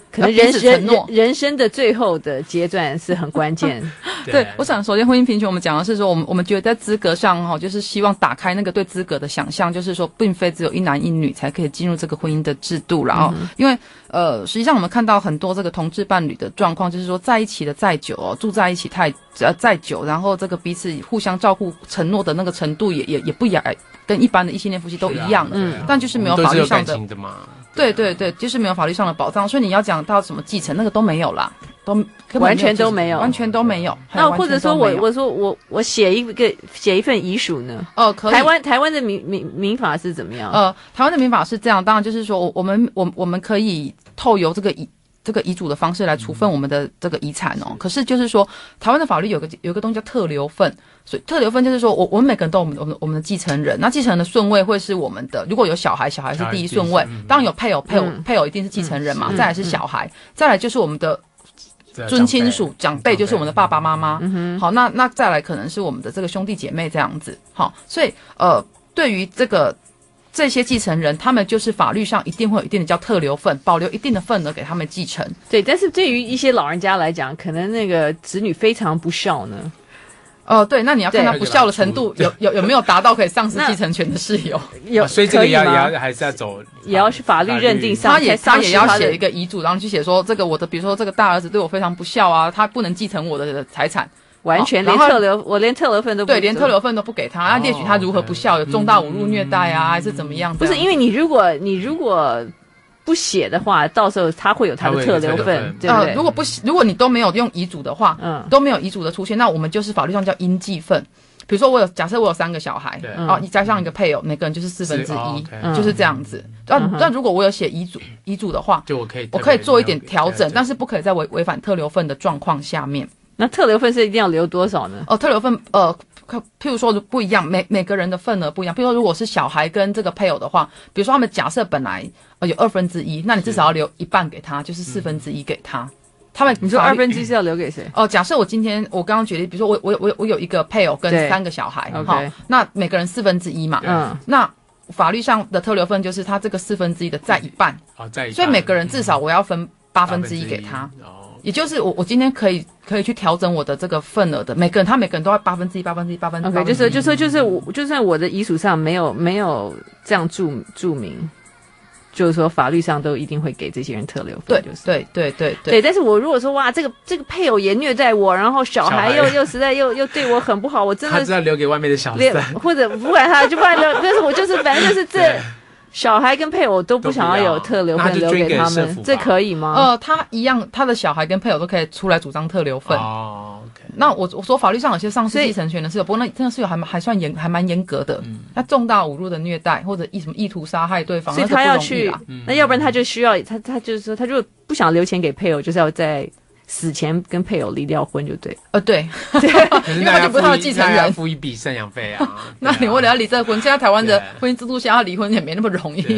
[SPEAKER 3] 可
[SPEAKER 5] 要
[SPEAKER 3] 能人
[SPEAKER 5] 彼此
[SPEAKER 3] 生
[SPEAKER 5] 承诺
[SPEAKER 3] 人人生的最后的阶段是很关键，
[SPEAKER 5] 对，我想首先婚姻平权，我们讲的是说，我们我们觉得在资格上哈、哦，就是希望打开那个对资格的想象，就是说，并非只有一男一女才可以进入这个婚姻的制度啦。哦，因为呃，实际上我们看到很多这个同志伴侣的状况，就是说在一起的再久哦，住在一起太呃再久，然后这个彼此互相照顾、承诺的那个程度也也也不亚跟一般的异性恋夫妻都一样的，
[SPEAKER 4] 嗯，
[SPEAKER 5] 但就是啊没有
[SPEAKER 4] 我们
[SPEAKER 5] 法
[SPEAKER 4] 都是
[SPEAKER 5] 律
[SPEAKER 4] 有
[SPEAKER 5] 上
[SPEAKER 4] 感
[SPEAKER 5] 的
[SPEAKER 4] 情的嘛，啊
[SPEAKER 5] 对对对，就是没有法律上的保障，所以你要讲到什么继承，那个都没有啦，都根本
[SPEAKER 3] 完全
[SPEAKER 5] 继承
[SPEAKER 3] 都没有
[SPEAKER 5] 完全都没有。
[SPEAKER 3] 那
[SPEAKER 5] 完
[SPEAKER 3] 或
[SPEAKER 5] 全
[SPEAKER 3] 者说
[SPEAKER 5] 都
[SPEAKER 3] 我
[SPEAKER 5] 没有
[SPEAKER 3] 我说我我写一个写一份遗属呢？
[SPEAKER 5] 哦，可以
[SPEAKER 3] 台湾台湾的民民民法是怎么样？
[SPEAKER 5] 呃，台湾的民法是这样，当然就是说，我我们我我们可以透由这个遗这个遗嘱的方式来处分我们的这个遗产哦。可是就是说，台湾的法律有个有一个东西叫特留份，所以特留份就是说我我们每个人都有我们的我们的我们的继承人，那继承人的顺位会是我们的，如果有小孩，小孩是第一顺位
[SPEAKER 4] 小孩第一顺，嗯
[SPEAKER 5] 当然有配偶，配偶
[SPEAKER 3] 嗯
[SPEAKER 5] 配偶一定是继承人嘛，再来是小孩，再来就是我们的。
[SPEAKER 4] 对啊
[SPEAKER 5] 尊亲属
[SPEAKER 4] 长辈
[SPEAKER 5] 长辈就是我们的爸爸妈妈。
[SPEAKER 3] 嗯哼，
[SPEAKER 5] 好，那那再来可能是我们的这个兄弟姐妹这样子。好，所以呃，对于这个这些继承人，他们就是法律上一定会有一定的叫特留份，保留一定的份额给他们继承。
[SPEAKER 3] 对。但是对于一些老人家来讲，可能那个子女非常不孝呢。
[SPEAKER 5] 哦、对，那你要看他
[SPEAKER 4] 对
[SPEAKER 5] 不孝的程度有有有没有达到可以丧失
[SPEAKER 3] 那
[SPEAKER 5] 继承权的事 由，
[SPEAKER 3] 有，
[SPEAKER 4] 啊所以这个
[SPEAKER 3] 可以
[SPEAKER 4] 也要
[SPEAKER 3] 吗
[SPEAKER 4] 也要还是要走，
[SPEAKER 3] 也要去法律认定上
[SPEAKER 5] 他也
[SPEAKER 3] 丧
[SPEAKER 5] 他
[SPEAKER 3] 失
[SPEAKER 5] 也要
[SPEAKER 3] 他的
[SPEAKER 5] 写一个遗嘱，然后去写说这个我的，比如说这个大儿子对我非常不孝啊，他不能继承我的财产，
[SPEAKER 3] 完全连
[SPEAKER 5] 啊然后
[SPEAKER 3] 特留，我连特留份都不
[SPEAKER 5] 对，连
[SPEAKER 3] 做
[SPEAKER 5] 特留份都不给他，
[SPEAKER 3] 哦
[SPEAKER 5] 那列举他如何不孝，有重大侮辱虐待啊，还是怎么样？
[SPEAKER 3] 嗯不是因
[SPEAKER 5] 为
[SPEAKER 3] 为你如果你如果不写的话，到时候他会有他的
[SPEAKER 4] 他会有
[SPEAKER 3] 特留
[SPEAKER 4] 特
[SPEAKER 3] 份
[SPEAKER 4] 留份，
[SPEAKER 3] 对不对？
[SPEAKER 5] 啊呃如果不如果你都没有用遗嘱的话，
[SPEAKER 3] 嗯
[SPEAKER 5] 都没有遗嘱的出现，那我们就是法律上叫应继份。比如说我有假设我有三个小孩
[SPEAKER 4] 对，
[SPEAKER 5] 哦，加上一个配偶，每个人就是四分之
[SPEAKER 4] 是哦
[SPEAKER 5] 一嗯
[SPEAKER 4] ，OK，
[SPEAKER 5] 就是这样子。那
[SPEAKER 3] 嗯嗯哼
[SPEAKER 5] 那如果我有写遗嘱遗嘱的话，
[SPEAKER 4] 就我可以特
[SPEAKER 5] 我
[SPEAKER 4] 别
[SPEAKER 5] 可以做一点调整，但
[SPEAKER 4] 是
[SPEAKER 5] 是不可以在违违反特留份的状况下面。
[SPEAKER 3] 那特留份是一定要留多少呢？
[SPEAKER 5] 哦，特留份呃，可譬如说不一样，每每个人的份额不一样。譬如说，如果是小孩跟这个配偶的话，比如说他们假设本来呃有二分之一，那你至少要留一半给他，就是四分之一给他。他们
[SPEAKER 3] 嗯你
[SPEAKER 5] 你
[SPEAKER 3] 说二分之一是要留给谁？
[SPEAKER 5] 哦、假设我今天我刚刚举例，比如说我我我我有一个配偶跟
[SPEAKER 3] 对
[SPEAKER 5] 三个小孩，
[SPEAKER 3] OK
[SPEAKER 5] 那每个人四分之一嘛，
[SPEAKER 3] 嗯，
[SPEAKER 5] 那法律上的特留份就是他这个四分之一的占一半，
[SPEAKER 4] 哦，在
[SPEAKER 5] 所以每个人至少我要分八
[SPEAKER 4] 嗯八
[SPEAKER 5] 分之一给他。。
[SPEAKER 4] 哦，
[SPEAKER 5] 也就是我我今天可以可以去调整我的这个份额的，每个人他每个人都要八分之一、八分之一、八分之一。
[SPEAKER 3] OK，就
[SPEAKER 5] 8分之
[SPEAKER 3] 是
[SPEAKER 5] 一
[SPEAKER 3] 就说就是我就算我的遗嘱上没有没有这样注注明，就是说法律上都一定会给这些人特留
[SPEAKER 5] 对
[SPEAKER 3] 分，就是。
[SPEAKER 5] 对对对
[SPEAKER 3] 对，
[SPEAKER 5] 对
[SPEAKER 3] 但是我如果说哇，这个这个配偶也虐待我，然后小孩
[SPEAKER 4] 小
[SPEAKER 3] 又
[SPEAKER 4] 孩
[SPEAKER 3] 又实在又又对我很不好，我真
[SPEAKER 4] 他
[SPEAKER 3] 的
[SPEAKER 4] 知道留给外面的小
[SPEAKER 3] 连
[SPEAKER 4] 三，
[SPEAKER 3] 或者不管他，就不然留，但是我就是反正就是这
[SPEAKER 4] 对
[SPEAKER 3] 小孩跟配偶都不想要有特留
[SPEAKER 4] 那
[SPEAKER 3] 份
[SPEAKER 4] 就
[SPEAKER 3] 留
[SPEAKER 4] 捐
[SPEAKER 3] 给
[SPEAKER 4] 给
[SPEAKER 3] 他
[SPEAKER 4] 社
[SPEAKER 3] 们
[SPEAKER 4] 福，
[SPEAKER 3] 这
[SPEAKER 4] 吧
[SPEAKER 3] 可以吗？
[SPEAKER 5] 呃，他一样，他的小孩跟配偶都可以出来主张特留份。
[SPEAKER 4] 哦，OK，
[SPEAKER 5] 那我我说法律上有些丧失
[SPEAKER 3] 所以嗯
[SPEAKER 5] 继承权的是有，不过那真的是有还蛮还算严还蛮严格的。那重大侮辱的虐待或者意什么意图杀害对方，
[SPEAKER 3] 所以
[SPEAKER 5] 那是不
[SPEAKER 3] 他要
[SPEAKER 5] 容易
[SPEAKER 3] 去
[SPEAKER 5] 啦，
[SPEAKER 4] 嗯
[SPEAKER 3] 那要不然他就需要他他就是说，他如果不想留钱给配偶，就是要在死前跟配偶离掉婚就对了。
[SPEAKER 5] 呃对，
[SPEAKER 4] 可是
[SPEAKER 5] 因为他就不是他的继承
[SPEAKER 4] 那要
[SPEAKER 5] 人。
[SPEAKER 4] 付一笔赡养费
[SPEAKER 5] 。
[SPEAKER 4] 啊
[SPEAKER 5] 那你为了要离这个婚，现在台湾
[SPEAKER 3] 啊
[SPEAKER 5] 的
[SPEAKER 4] 对
[SPEAKER 5] 婚姻制度下要离婚也没那么容易
[SPEAKER 4] 对。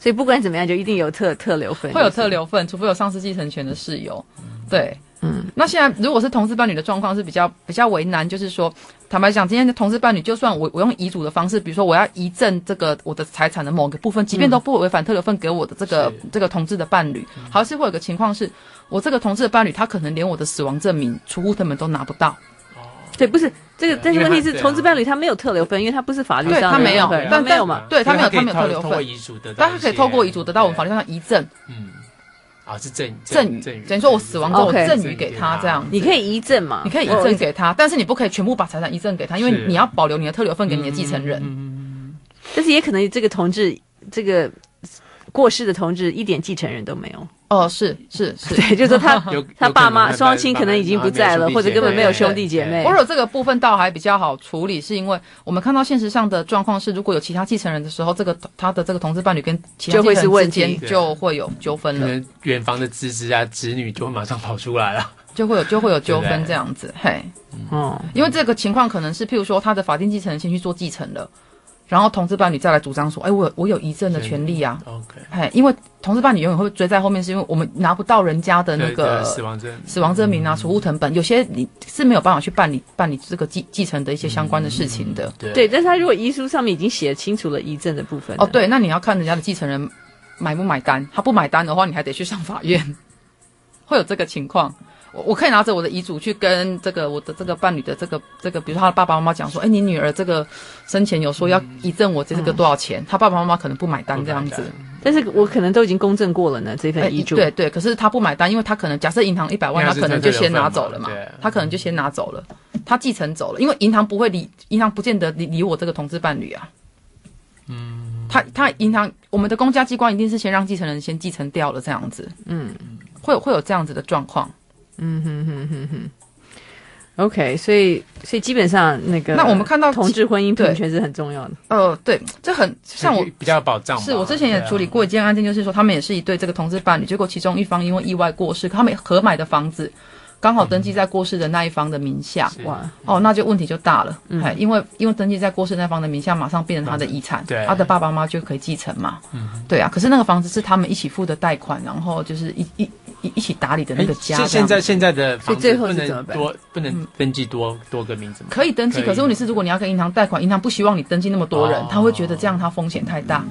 [SPEAKER 3] 所以不管怎么样，就一定有特特留分，
[SPEAKER 5] 会有
[SPEAKER 3] 就是
[SPEAKER 5] 特。留份，除非有丧失继承权的事由。对，嗯，那现在如果是同事伴侣的状况是比较比较为难，就是说，坦白讲，今天的同事伴侣，就算我我用遗嘱的方式，比如说我要遗赠这个我的财产的某个部分，即便都不违反特留份给我的这个、这个同志的伴侣，还是会有个情况是，我这个同志的伴侣，他可能连我的死亡证明、储户证明都拿不到，
[SPEAKER 4] 哦
[SPEAKER 3] 对，不是这个，但是
[SPEAKER 4] 因为
[SPEAKER 3] 问
[SPEAKER 4] 他
[SPEAKER 3] 题是，
[SPEAKER 4] 对啊
[SPEAKER 3] 同志伴侣他没有特留分，因为他不是法律
[SPEAKER 5] 对
[SPEAKER 3] 上的
[SPEAKER 5] 他没有
[SPEAKER 3] 特留分
[SPEAKER 5] 但
[SPEAKER 3] 他没有
[SPEAKER 5] 但
[SPEAKER 3] 嘛。
[SPEAKER 5] 对他没有
[SPEAKER 4] 可以
[SPEAKER 5] 他没有
[SPEAKER 4] 透
[SPEAKER 5] 特留
[SPEAKER 4] 透过
[SPEAKER 5] 份
[SPEAKER 4] 遗嘱得到一些，
[SPEAKER 5] 但他可以透过遗嘱得到我们法律上的遗赠
[SPEAKER 4] 嗯，啊是赠
[SPEAKER 5] 赠与，
[SPEAKER 4] 赠与，
[SPEAKER 5] 等于说我死亡之后我
[SPEAKER 3] OK
[SPEAKER 5] 赠与给他这样子。
[SPEAKER 3] 你可以遗赠嘛？
[SPEAKER 5] 你可以遗
[SPEAKER 3] 我
[SPEAKER 5] 赠给他，但是你不可以全部把财产遗赠给他，因为
[SPEAKER 4] 啊哦是
[SPEAKER 5] 你要保留你的特留份给你的继承
[SPEAKER 4] 嗯
[SPEAKER 5] 人。
[SPEAKER 3] 但是也可能这个同志，这个过世的同志一点继承人都没有。
[SPEAKER 4] 嗯
[SPEAKER 5] 哦，是是 是。
[SPEAKER 3] 对，就是说 他
[SPEAKER 4] 有
[SPEAKER 3] 他
[SPEAKER 4] 有
[SPEAKER 3] 爸
[SPEAKER 4] 可能
[SPEAKER 3] 妈
[SPEAKER 4] 他
[SPEAKER 3] 双亲
[SPEAKER 4] 爸
[SPEAKER 3] 可能已
[SPEAKER 4] 妈
[SPEAKER 3] 经
[SPEAKER 4] 妈
[SPEAKER 3] 不
[SPEAKER 4] 没有
[SPEAKER 3] 在
[SPEAKER 4] 兄
[SPEAKER 3] 了，
[SPEAKER 4] 弟
[SPEAKER 3] 或者
[SPEAKER 4] 姐
[SPEAKER 3] 根本
[SPEAKER 4] 妹
[SPEAKER 3] 没有
[SPEAKER 4] 对
[SPEAKER 3] 兄弟姐
[SPEAKER 4] 对
[SPEAKER 3] 妹
[SPEAKER 5] 哎我。有这个部分倒还比较好处理，是因为我们看到现实上的状况是，如果有其他继承人的时候，这个他的这个同事伴侣跟其他
[SPEAKER 3] 就会
[SPEAKER 5] 继
[SPEAKER 3] 是
[SPEAKER 5] 承人
[SPEAKER 3] 问
[SPEAKER 5] 之
[SPEAKER 3] 题
[SPEAKER 5] 间就会有纠纷
[SPEAKER 4] 可
[SPEAKER 5] 了，
[SPEAKER 4] 能远房的侄子啊、侄女就会马上跑出来了。
[SPEAKER 5] 就会有就会有纠
[SPEAKER 4] 对
[SPEAKER 5] 纷
[SPEAKER 4] 不对
[SPEAKER 5] 这样子。嘿，
[SPEAKER 3] 哦，
[SPEAKER 5] 因为这个情况可能是，譬如说他的法定继承人先去做继承了，然后同志伴侣再来主张说，哎，我有我有遗赠的权利啊。
[SPEAKER 4] OK，
[SPEAKER 5] 嘿，因为同志伴侣永远会追在后面，是因为我们拿不到人家的那
[SPEAKER 4] 对
[SPEAKER 5] 个
[SPEAKER 4] 对死亡证
[SPEAKER 5] 死亡证明啊、储户成本，有些你是没有办法去办理办理这个继继承的一些相关的事情的。
[SPEAKER 4] 对
[SPEAKER 3] 对，但是他如果遗书上面已经写清楚了遗赠的部分
[SPEAKER 5] 哦，
[SPEAKER 3] 了，
[SPEAKER 5] 对，那你要看人家的继承人买不买单，他不买单的话，你还得去上法院， 会有这个情况。我我可以拿着我的遗嘱去跟这个我的这个伴侣的这个这个，比如说他的爸爸妈妈讲说，哎，你女儿这个生前有说要遗赠我这个多少钱，他爸爸妈妈嗯可能不买单这样子。
[SPEAKER 3] 但是我可能都已经公证过了呢，这
[SPEAKER 5] 哎
[SPEAKER 3] 份遗嘱。
[SPEAKER 5] 对，对，可是他不买单，因为他可能假设银行一百万，
[SPEAKER 4] 因为他
[SPEAKER 5] 他
[SPEAKER 4] 是
[SPEAKER 5] 可能就先拿走了嘛
[SPEAKER 4] 特留份嘛对，
[SPEAKER 5] 他可能就先拿走了，他继承走了，因为银行不会理，银行不见得理理我这个同志伴侣啊。嗯，他他银行我们的公家机关一定是先让继承人先继承掉了这样子，
[SPEAKER 3] 嗯
[SPEAKER 5] 会有会有这样子的状况。
[SPEAKER 3] 嗯哼哼哼哼。OK，所以所以基本上那个，
[SPEAKER 5] 那我们看到
[SPEAKER 3] 啊同志婚姻平
[SPEAKER 5] 对
[SPEAKER 3] 权是很重要的。
[SPEAKER 5] 呃，对，这很像我
[SPEAKER 4] 比较有保障吧。啊
[SPEAKER 5] 是我之前也处理过一件案件，就是说他们也是一对这个同志伴侣，结果其中一方因为意外过世，他们合买的房子刚好登记在过世的那一方的名下，
[SPEAKER 3] 哇，
[SPEAKER 5] 哦，那就问题就大了，
[SPEAKER 4] 嗯
[SPEAKER 5] 哎、因为因为登记在过世那方的名下，马上变成他的遗产，
[SPEAKER 4] 对
[SPEAKER 5] 他的爸爸妈妈就可以继承嘛，嗯，对啊。可是那个房子是他们一起付的贷款，然后就是一一一一起打理的那个家
[SPEAKER 4] 现
[SPEAKER 5] 这样。
[SPEAKER 4] 哎现在现在的
[SPEAKER 3] 所以
[SPEAKER 4] 房
[SPEAKER 3] 最
[SPEAKER 4] 子
[SPEAKER 3] 后
[SPEAKER 4] 不
[SPEAKER 3] 是怎么
[SPEAKER 4] 能
[SPEAKER 3] 办嗯
[SPEAKER 4] 多不能登记多多个名字吗？
[SPEAKER 5] 可以登记，
[SPEAKER 4] 可以
[SPEAKER 5] 可是问题是，如果你要跟银行贷款，银行不希望你登记那么多人
[SPEAKER 4] 哦，嗯
[SPEAKER 5] 他会觉得这样他风险太大。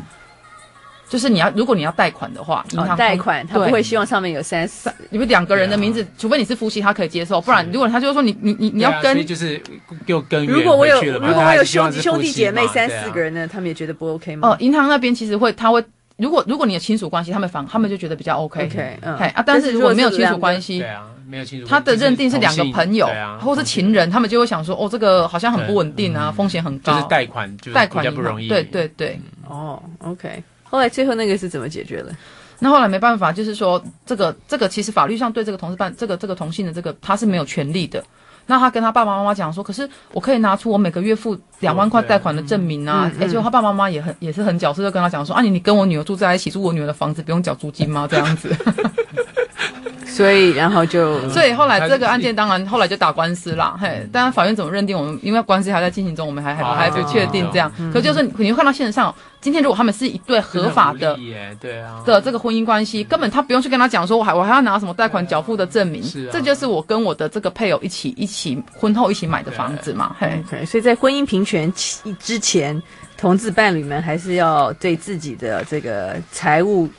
[SPEAKER 5] 就是你要，如果你要贷款的话，银
[SPEAKER 3] 哦
[SPEAKER 5] 行
[SPEAKER 3] 贷款，他
[SPEAKER 5] 对
[SPEAKER 3] 不会希望上面有三四。
[SPEAKER 5] 你们两个
[SPEAKER 4] 啊
[SPEAKER 5] 人的名字，除非你是夫妻，他可以接受，不然如果他就会说你你你你
[SPEAKER 4] 对啊
[SPEAKER 5] 要跟
[SPEAKER 4] 所以就是又跟
[SPEAKER 3] 如果我有
[SPEAKER 4] 去了嘛
[SPEAKER 3] 如果
[SPEAKER 4] 大
[SPEAKER 3] 我
[SPEAKER 4] 家
[SPEAKER 3] 有
[SPEAKER 4] 还
[SPEAKER 3] 兄
[SPEAKER 4] 是希望
[SPEAKER 3] 弟
[SPEAKER 4] 是
[SPEAKER 3] 兄弟
[SPEAKER 4] 夫妻
[SPEAKER 3] 姐妹
[SPEAKER 4] 嘛
[SPEAKER 3] 三
[SPEAKER 4] 对啊
[SPEAKER 3] 四个人呢，他们也觉得不 OK 吗
[SPEAKER 5] 呃？银行那边其实会他会。如果如果你的亲属关系，他们反他们就觉得比较 OK，
[SPEAKER 3] OK，嗯
[SPEAKER 5] 嘿啊，
[SPEAKER 3] 但
[SPEAKER 5] 但
[SPEAKER 3] 是
[SPEAKER 5] 是
[SPEAKER 3] 如
[SPEAKER 5] 如
[SPEAKER 3] 果
[SPEAKER 5] 果
[SPEAKER 3] 是
[SPEAKER 5] 没有亲
[SPEAKER 3] 两
[SPEAKER 5] 属
[SPEAKER 3] 个
[SPEAKER 5] 关系
[SPEAKER 4] 对，啊，没有清楚。
[SPEAKER 5] 他的认定是两个朋友
[SPEAKER 4] 对啊，
[SPEAKER 5] 或是情人，他们就会想说，哦，这个好像很不稳定啊，风险很
[SPEAKER 4] 嗯就
[SPEAKER 5] 高，
[SPEAKER 4] 是贷款，就是
[SPEAKER 5] 贷款
[SPEAKER 4] 比较
[SPEAKER 5] 银
[SPEAKER 4] 不
[SPEAKER 5] 行
[SPEAKER 4] 容易。嗯
[SPEAKER 5] 对对对。
[SPEAKER 3] 哦，OK。后来最后那个是怎么解决的？
[SPEAKER 5] 那后来没办法，就是说这个这个其实法律上对这个同事办这个这个同性的这个他是没有权利的。那他跟他爸爸妈妈讲说，可是我可以拿出我每个月付两万块贷款的证明啊。
[SPEAKER 3] 嗯嗯
[SPEAKER 5] 而且、他爸爸妈妈也很也是很狡黠的跟他讲说，啊你你跟我女儿住在一起，住我女儿的房子不用缴租金吗？这样子。
[SPEAKER 3] 所以然后就
[SPEAKER 4] 嗯
[SPEAKER 5] 所以后来这个案件当然后来就打官司啦，嘿，当然法院怎么认定我们，因为官司还在进行中，我们还还
[SPEAKER 4] 哦
[SPEAKER 5] 还不确定这样。
[SPEAKER 4] 嗯
[SPEAKER 5] 可就是你你会看到现实上，今天如果他们是一对合法
[SPEAKER 4] 真
[SPEAKER 5] 的
[SPEAKER 4] 很无力耶，对啊，
[SPEAKER 5] 的这个婚姻关系，根本他不用去跟他讲说，我还我还要拿什么贷款缴付的证明，
[SPEAKER 4] 是啊
[SPEAKER 5] 这就是我跟我的这个配偶一起一起婚后一起买的房子嘛，嘿，
[SPEAKER 3] OK。所以在婚姻平权期之前，同志伴侣们还是要对自己的这个财务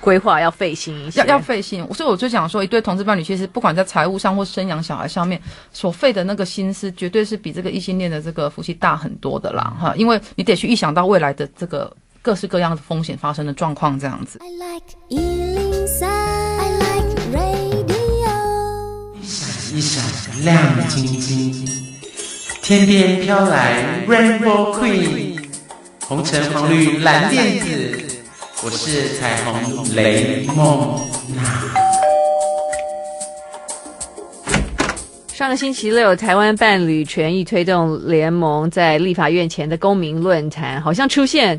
[SPEAKER 3] 规划要费心一些。
[SPEAKER 5] 要要费心，所以我就讲说，一对同志伴侣其实不管在财务上或生养小孩上面，所费的那个心思，绝对是比这个异性恋的这个夫妻大很多的啦，哈，因为你得去预想到未来的这个各式各样的风险发生的状况这样子。
[SPEAKER 6] I like Ealing Sound. I like radio.
[SPEAKER 2] 一闪亮晶晶，天边飘来 Rainbow Queen，红橙黄绿蓝靛紫，我是彩虹雷梦娜。
[SPEAKER 3] 上个星期六，台湾伴侣权益推动联盟在立法院前的公民论坛，好像出现。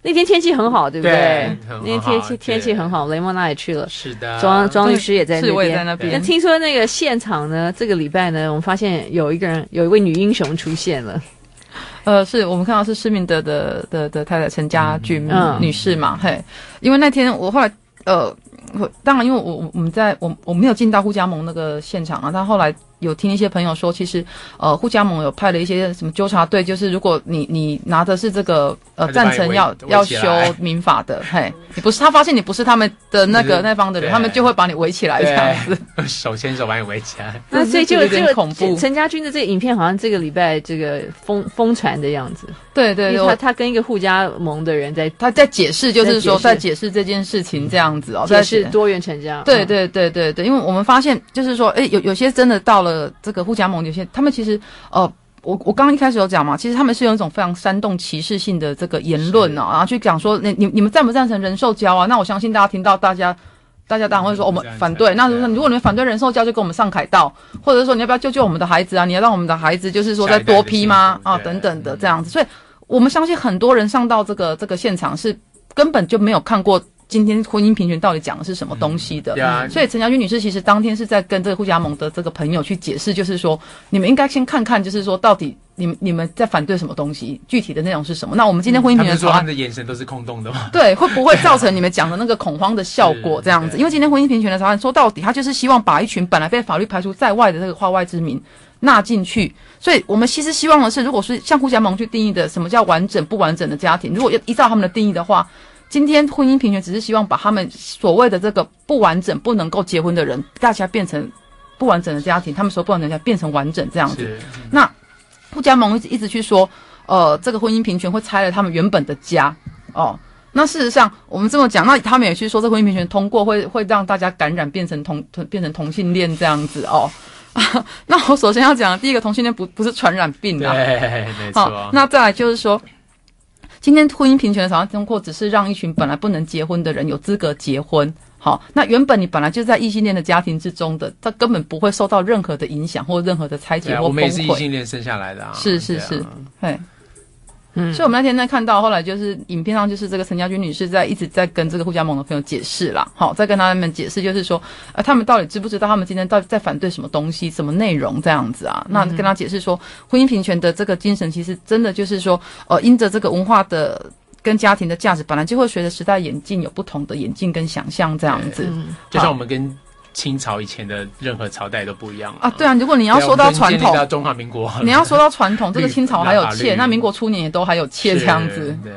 [SPEAKER 3] 那天天气很好，对不
[SPEAKER 4] 对很
[SPEAKER 3] 那天天气
[SPEAKER 4] 好
[SPEAKER 3] 天气
[SPEAKER 4] 对呃
[SPEAKER 3] 很好，雷蒙娜也去了，
[SPEAKER 4] 是的，
[SPEAKER 3] 庄庄律师也在那
[SPEAKER 5] 是我也
[SPEAKER 3] 边。
[SPEAKER 5] 在那
[SPEAKER 3] 那
[SPEAKER 5] 边，
[SPEAKER 3] 听说那个现场呢，这个礼拜呢，我们发现有一个人，有一位女英雄出现了。
[SPEAKER 5] 呃，是我们看到是施明德的的的太太陈家俊
[SPEAKER 3] 嗯
[SPEAKER 5] 女士嘛，嘿，因为那天我后来呃，我当然因为我我我们在我我没有进到互加盟那个现场啊，但后来有听一些朋友说，其实呃互加盟有派了一些什么纠察队，就是如果你你拿的是这个
[SPEAKER 4] 他就把
[SPEAKER 5] 呃
[SPEAKER 4] 你
[SPEAKER 5] 赞成
[SPEAKER 4] 围
[SPEAKER 5] 要
[SPEAKER 4] 围
[SPEAKER 5] 要
[SPEAKER 4] 起
[SPEAKER 5] 修
[SPEAKER 4] 来
[SPEAKER 5] 民法的，嘿，你不是他发现你不是他们的那
[SPEAKER 4] 就
[SPEAKER 5] 个
[SPEAKER 4] 是
[SPEAKER 5] 那方的人，
[SPEAKER 4] 对
[SPEAKER 5] 他们就会把你围起来这样子。
[SPEAKER 4] 对， 手牵手把你围起来，
[SPEAKER 3] 那所以就
[SPEAKER 5] 有点
[SPEAKER 3] 就
[SPEAKER 5] 恐怖
[SPEAKER 3] 陈家军的这个影片好像这个礼拜这个疯疯传的样子，
[SPEAKER 5] 对对
[SPEAKER 3] 因
[SPEAKER 5] 对，
[SPEAKER 3] 为
[SPEAKER 5] 我
[SPEAKER 3] 他他跟一个互加盟的人在
[SPEAKER 5] 他在解释，就是说
[SPEAKER 3] 在
[SPEAKER 5] 在
[SPEAKER 3] 解
[SPEAKER 5] 解释这件事情这样子哦，
[SPEAKER 3] 解
[SPEAKER 5] 在
[SPEAKER 3] 释多元成家。
[SPEAKER 5] 对
[SPEAKER 3] 嗯
[SPEAKER 5] 对对对对，因为我们发现就是说，哎，有有些真的到了这个互加盟，有些他们其实呃。我我刚刚一开始有讲嘛，其实他们是用一种非常煽动歧视性的这个言论哦，然后去讲说，那你你们赞不赞成人兽交啊？那我相信大家听到大家，大家当然会说我们
[SPEAKER 4] 嗯不赞成
[SPEAKER 5] 反对。那如
[SPEAKER 4] 对
[SPEAKER 5] 果
[SPEAKER 4] 啊
[SPEAKER 5] 如果你们反对人兽交，就跟我们上凯道，或者说你要不要救救我们的孩子啊？你要让我们的孩子就是说再多批吗？
[SPEAKER 4] 下一代的幸福
[SPEAKER 5] 啊，
[SPEAKER 4] 对
[SPEAKER 5] 等等的
[SPEAKER 4] 嗯
[SPEAKER 5] 这样子。所以我们相信很多人上到这个这个现场是根本就没有看过今天婚姻平权到底讲的是什么东西的。
[SPEAKER 4] 对啊，
[SPEAKER 5] 所以陈家军女士其实当天是在跟这个互加盟的这个朋友去解释，就是说你们应该先看看，就是说到底你们你们在反对什么东西，具体的内容是什么。那我们今天婚姻
[SPEAKER 4] 嗯他
[SPEAKER 5] 平
[SPEAKER 4] 们
[SPEAKER 5] 权
[SPEAKER 4] 说
[SPEAKER 5] 草
[SPEAKER 4] 他们
[SPEAKER 5] 案。
[SPEAKER 4] 的眼神都是空洞的 嘛，
[SPEAKER 5] 对，会不会造成你们讲的那个恐慌的效果？
[SPEAKER 4] 是
[SPEAKER 5] 这样子，
[SPEAKER 4] 对
[SPEAKER 5] 因为今天婚姻平权的草案说到底，他就是希望把一群本来被法律排除在外的这个化外之民纳进去。所以我们其实希望的是，如果是像互加盟去定义的什么叫完整不完整的家庭，如果要依照他们的定义的话，今天婚姻平权只是希望把他们所谓的这个不完整、不能够结婚的人，大家变成不完整的家庭，他们说不完整的家庭变成完整这样子。
[SPEAKER 4] 是
[SPEAKER 5] 那互加盟一直一直去说，呃，这个婚姻平权会拆了他们原本的家哦。那事实上，我们这么讲，那他们也去说，这婚姻平权通过会会让大家感染变成同同变成同性恋这样子哦。 那我首先要讲的第一个，同性恋不不是传染病啊，
[SPEAKER 4] 对，没错，
[SPEAKER 5] 那再来就是说，今天婚姻平权的草案通过，只是让一群本来不能结婚的人有资格结婚。好，那原本你本来就在异性恋的家庭之中的，他根本不会受到任何的影响或任何的拆
[SPEAKER 4] 对
[SPEAKER 5] 解
[SPEAKER 4] 啊，
[SPEAKER 5] 或
[SPEAKER 4] 我
[SPEAKER 5] 崩
[SPEAKER 4] 们也是异
[SPEAKER 5] 溃。
[SPEAKER 4] 性恋生下来的啊，
[SPEAKER 5] 是是
[SPEAKER 4] 对啊
[SPEAKER 5] 是，对，
[SPEAKER 3] 嗯
[SPEAKER 5] 所以我们那天在看到后来就是影片上就是这个陈家军女士在一直在跟这个互加盟的朋友解释啦，好，在跟他们解释就是说，呃，他们到底知不知道他们今天到底在反对什么东西、什么内容这样子啊？
[SPEAKER 3] 嗯
[SPEAKER 5] 那跟呃他解释说，婚姻平权的这个精神其实真的就是说，呃，因着这个文化的。跟家庭的价值本来就会随着时代演进有不同的演进跟想象这样子。
[SPEAKER 4] 就像我们跟清朝以前的任何朝代都不一样
[SPEAKER 5] 啊，对啊，如果你
[SPEAKER 4] 你
[SPEAKER 5] 要说到传统，
[SPEAKER 4] 到中华民国，
[SPEAKER 5] 你要说到传统，这个清朝还有
[SPEAKER 4] 律法律
[SPEAKER 5] 妾，那民国初年也都还有妾这样子。
[SPEAKER 4] 对，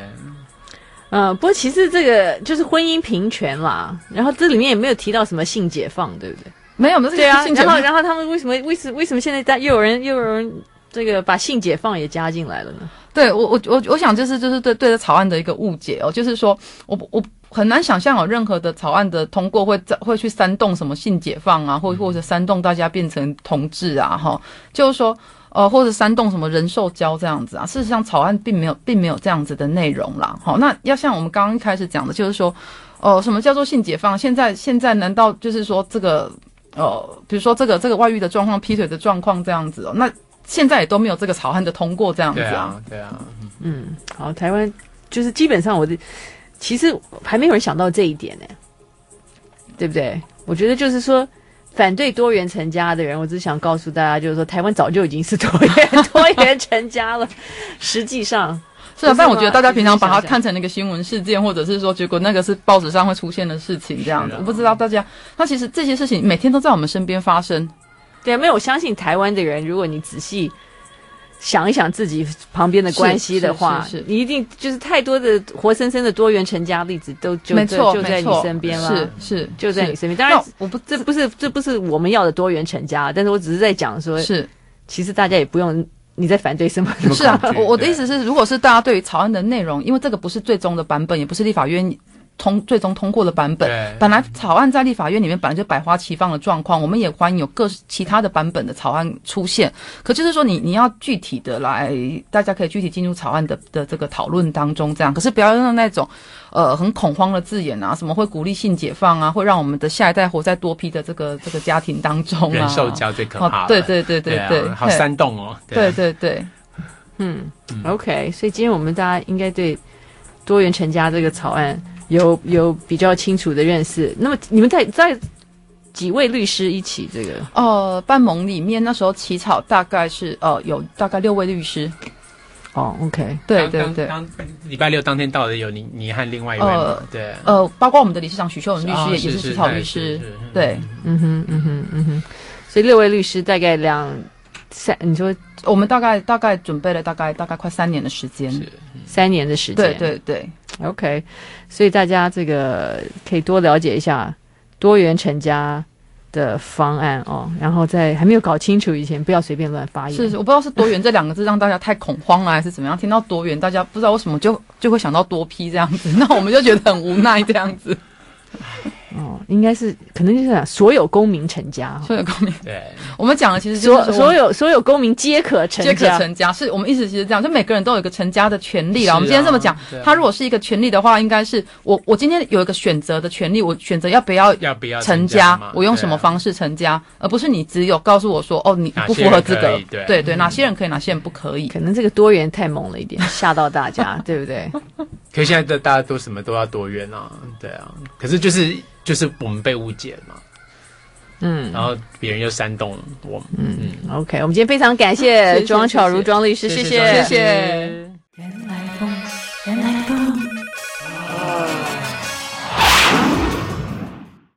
[SPEAKER 3] 嗯，不过其实这个就是婚姻平权啦，然后这里面也没有提到什么性解放，对不对？
[SPEAKER 5] 没有，没有这
[SPEAKER 3] 对
[SPEAKER 5] 个
[SPEAKER 3] 啊
[SPEAKER 5] 性，解
[SPEAKER 3] 然后
[SPEAKER 5] 放
[SPEAKER 3] 然后他们为什么为什为什么现在大又有人又有人这个把性解放也加进来了呢？
[SPEAKER 5] 对我我我我想就是就是对对这草案的一个误解哦，就是说我我很难想象有哦任何的草案的通过会在会去煽动什么性解放啊，或
[SPEAKER 4] 嗯
[SPEAKER 5] 或者煽动大家变成同志啊，哈，就是说呃或者煽动什么人兽交这样子啊，事实上草案并没有并没有这样子的内容啦，好，那要像我们刚刚一开始讲的，就是说哦、呃什么叫做性解放？现在现在难道就是说这个呃比如说这个这个外遇的状况、劈腿的状况这样子哦，那现在也都没有这个草案的通过这样子
[SPEAKER 4] 对啊，对啊，
[SPEAKER 3] 嗯，好，台湾就是基本上我的，其实还没有人想到这一点呢、对不对？我觉得就是说，反对多元成家的人，我只想告诉大家，就是说，台湾早就已经是多元 多元成家了。实际上，
[SPEAKER 5] 是啊
[SPEAKER 3] 不是，
[SPEAKER 5] 但我觉得
[SPEAKER 3] 吗
[SPEAKER 5] 大家平常把它
[SPEAKER 3] 就是想
[SPEAKER 5] 看成一个新闻事件，或者是说，结果那个是报纸上会出现的事情这样子。
[SPEAKER 4] 是啊
[SPEAKER 5] 我不知道大家，那其实这些事情每天都在我们身边发生。
[SPEAKER 3] 对，啊没有我相信台湾的人，如果你仔细想一想自己旁边的关系的话，
[SPEAKER 5] 是是是是
[SPEAKER 3] 你一定就是太多的活生生的多元成家例子都就
[SPEAKER 5] 没错，
[SPEAKER 3] 就在
[SPEAKER 5] 没
[SPEAKER 3] 你
[SPEAKER 5] 错，
[SPEAKER 3] 身边了，
[SPEAKER 5] 是是，
[SPEAKER 3] 就在
[SPEAKER 5] 是
[SPEAKER 3] 你身边。当然
[SPEAKER 5] 那，我不
[SPEAKER 3] 这不是这不是我们要的多元成家，但是我只是在讲说，
[SPEAKER 5] 是
[SPEAKER 3] 其实大家也不用你在反对什 么。
[SPEAKER 5] 是啊
[SPEAKER 4] 恐惧，
[SPEAKER 5] 我我的
[SPEAKER 4] 对
[SPEAKER 5] 意思是，如果是大家对于草案的内容，因为这个不是最终的版本，也不是立法院通最终通过的版本
[SPEAKER 4] 对，
[SPEAKER 5] 本来草案在立法院里面本来就百花齐放的状况，我们也欢迎有各其他的版本的草案出现。可就是说你，你要具体的来，大家可以具体进入草案的的这个讨论当中，这样。可是不要用那种呃很恐慌的字眼啊，什么会鼓励性解放啊，会让我们的下一代活在多批的这个这个家庭当中啊。
[SPEAKER 4] 人兽交最可怕
[SPEAKER 5] 哦
[SPEAKER 4] 了，
[SPEAKER 5] 对对对
[SPEAKER 4] 对
[SPEAKER 5] 对对，
[SPEAKER 4] 啊好
[SPEAKER 5] 嘿
[SPEAKER 4] 煽动哦，啊
[SPEAKER 5] 对对对。
[SPEAKER 3] 嗯，OK，所以今天我们大家应该对多元成家这个草案有有比较清楚的认识。那么你们在在几位律师一起这个？
[SPEAKER 5] 呃，半盟里面那时候起草大概是呃有大概六位律师，
[SPEAKER 3] 哦，OK，
[SPEAKER 5] 对
[SPEAKER 4] 当
[SPEAKER 5] 对
[SPEAKER 4] 当
[SPEAKER 5] 对，
[SPEAKER 4] 当礼拜六当天到的有你，你和另外一位
[SPEAKER 5] 呃
[SPEAKER 4] 嘛，对，
[SPEAKER 5] 呃，包括我们的理事长许秀文律
[SPEAKER 4] 哦
[SPEAKER 5] 师也也
[SPEAKER 4] 是
[SPEAKER 5] 啊是
[SPEAKER 4] 是
[SPEAKER 5] 起草
[SPEAKER 4] 对
[SPEAKER 5] 律师
[SPEAKER 4] 是是，
[SPEAKER 5] 对
[SPEAKER 3] 嗯哼，嗯哼，嗯哼。所以六位律师大概两三，你说
[SPEAKER 5] 我们大概大概准备了大概大概快三年的时间，
[SPEAKER 3] 三年的时间？
[SPEAKER 5] 对对对，
[SPEAKER 3] OK，所以大家这个可以多了解一下多元成家的方案哦，然后在还没有搞清楚以前，不要随便乱发言。
[SPEAKER 5] 是是我不知道是多元这两个字让大家太恐慌了还是怎么样，听到多元大家不知道为什么就就会想到多批这样子， 那我们就觉得很无奈这样子，
[SPEAKER 3] 哦，应该是可能就是讲所有公民成家哦，
[SPEAKER 5] 所有公民，
[SPEAKER 4] 对，
[SPEAKER 5] 我们讲的其实就
[SPEAKER 3] 所
[SPEAKER 5] 是
[SPEAKER 3] 所
[SPEAKER 5] 说。
[SPEAKER 3] 有所有公民皆可成
[SPEAKER 5] 皆可
[SPEAKER 3] 家。
[SPEAKER 5] 成家，是我们意思其实这样，就每个人都有一个成家的权利
[SPEAKER 4] 是
[SPEAKER 5] 啦。
[SPEAKER 4] 啊
[SPEAKER 5] 我们今天这么讲
[SPEAKER 4] 对，啊
[SPEAKER 5] 他如果是一个权利的话，应该是我我今天有一个选择的权利，我选择要不要
[SPEAKER 4] 要不要
[SPEAKER 5] 成
[SPEAKER 4] 家
[SPEAKER 5] 家
[SPEAKER 4] 嘛？，
[SPEAKER 5] 我用什么
[SPEAKER 4] 对啊
[SPEAKER 5] 方式成家，而不是你只有告诉我说哦，你
[SPEAKER 4] 哪
[SPEAKER 5] 不
[SPEAKER 4] 些
[SPEAKER 5] 符合
[SPEAKER 4] 人
[SPEAKER 5] 资
[SPEAKER 4] 可
[SPEAKER 5] 格
[SPEAKER 4] 以，对嗯
[SPEAKER 5] 对对，哪些人可以，哪些人不可以。
[SPEAKER 3] 可能这个多元太猛了一点，吓到大家， 对不对？
[SPEAKER 4] 可是现在的大家都什么都要多元啊，
[SPEAKER 5] 嗯
[SPEAKER 4] 对啊。可是就是就是我们被误解嘛，
[SPEAKER 3] 嗯
[SPEAKER 4] 然后别人又煽动我们。
[SPEAKER 5] 嗯
[SPEAKER 3] ，OK，我们今天非常感谢
[SPEAKER 5] 谢谢
[SPEAKER 3] 庄巧如
[SPEAKER 5] 谢谢
[SPEAKER 3] 庄律师，谢
[SPEAKER 4] 庄律师
[SPEAKER 5] 谢谢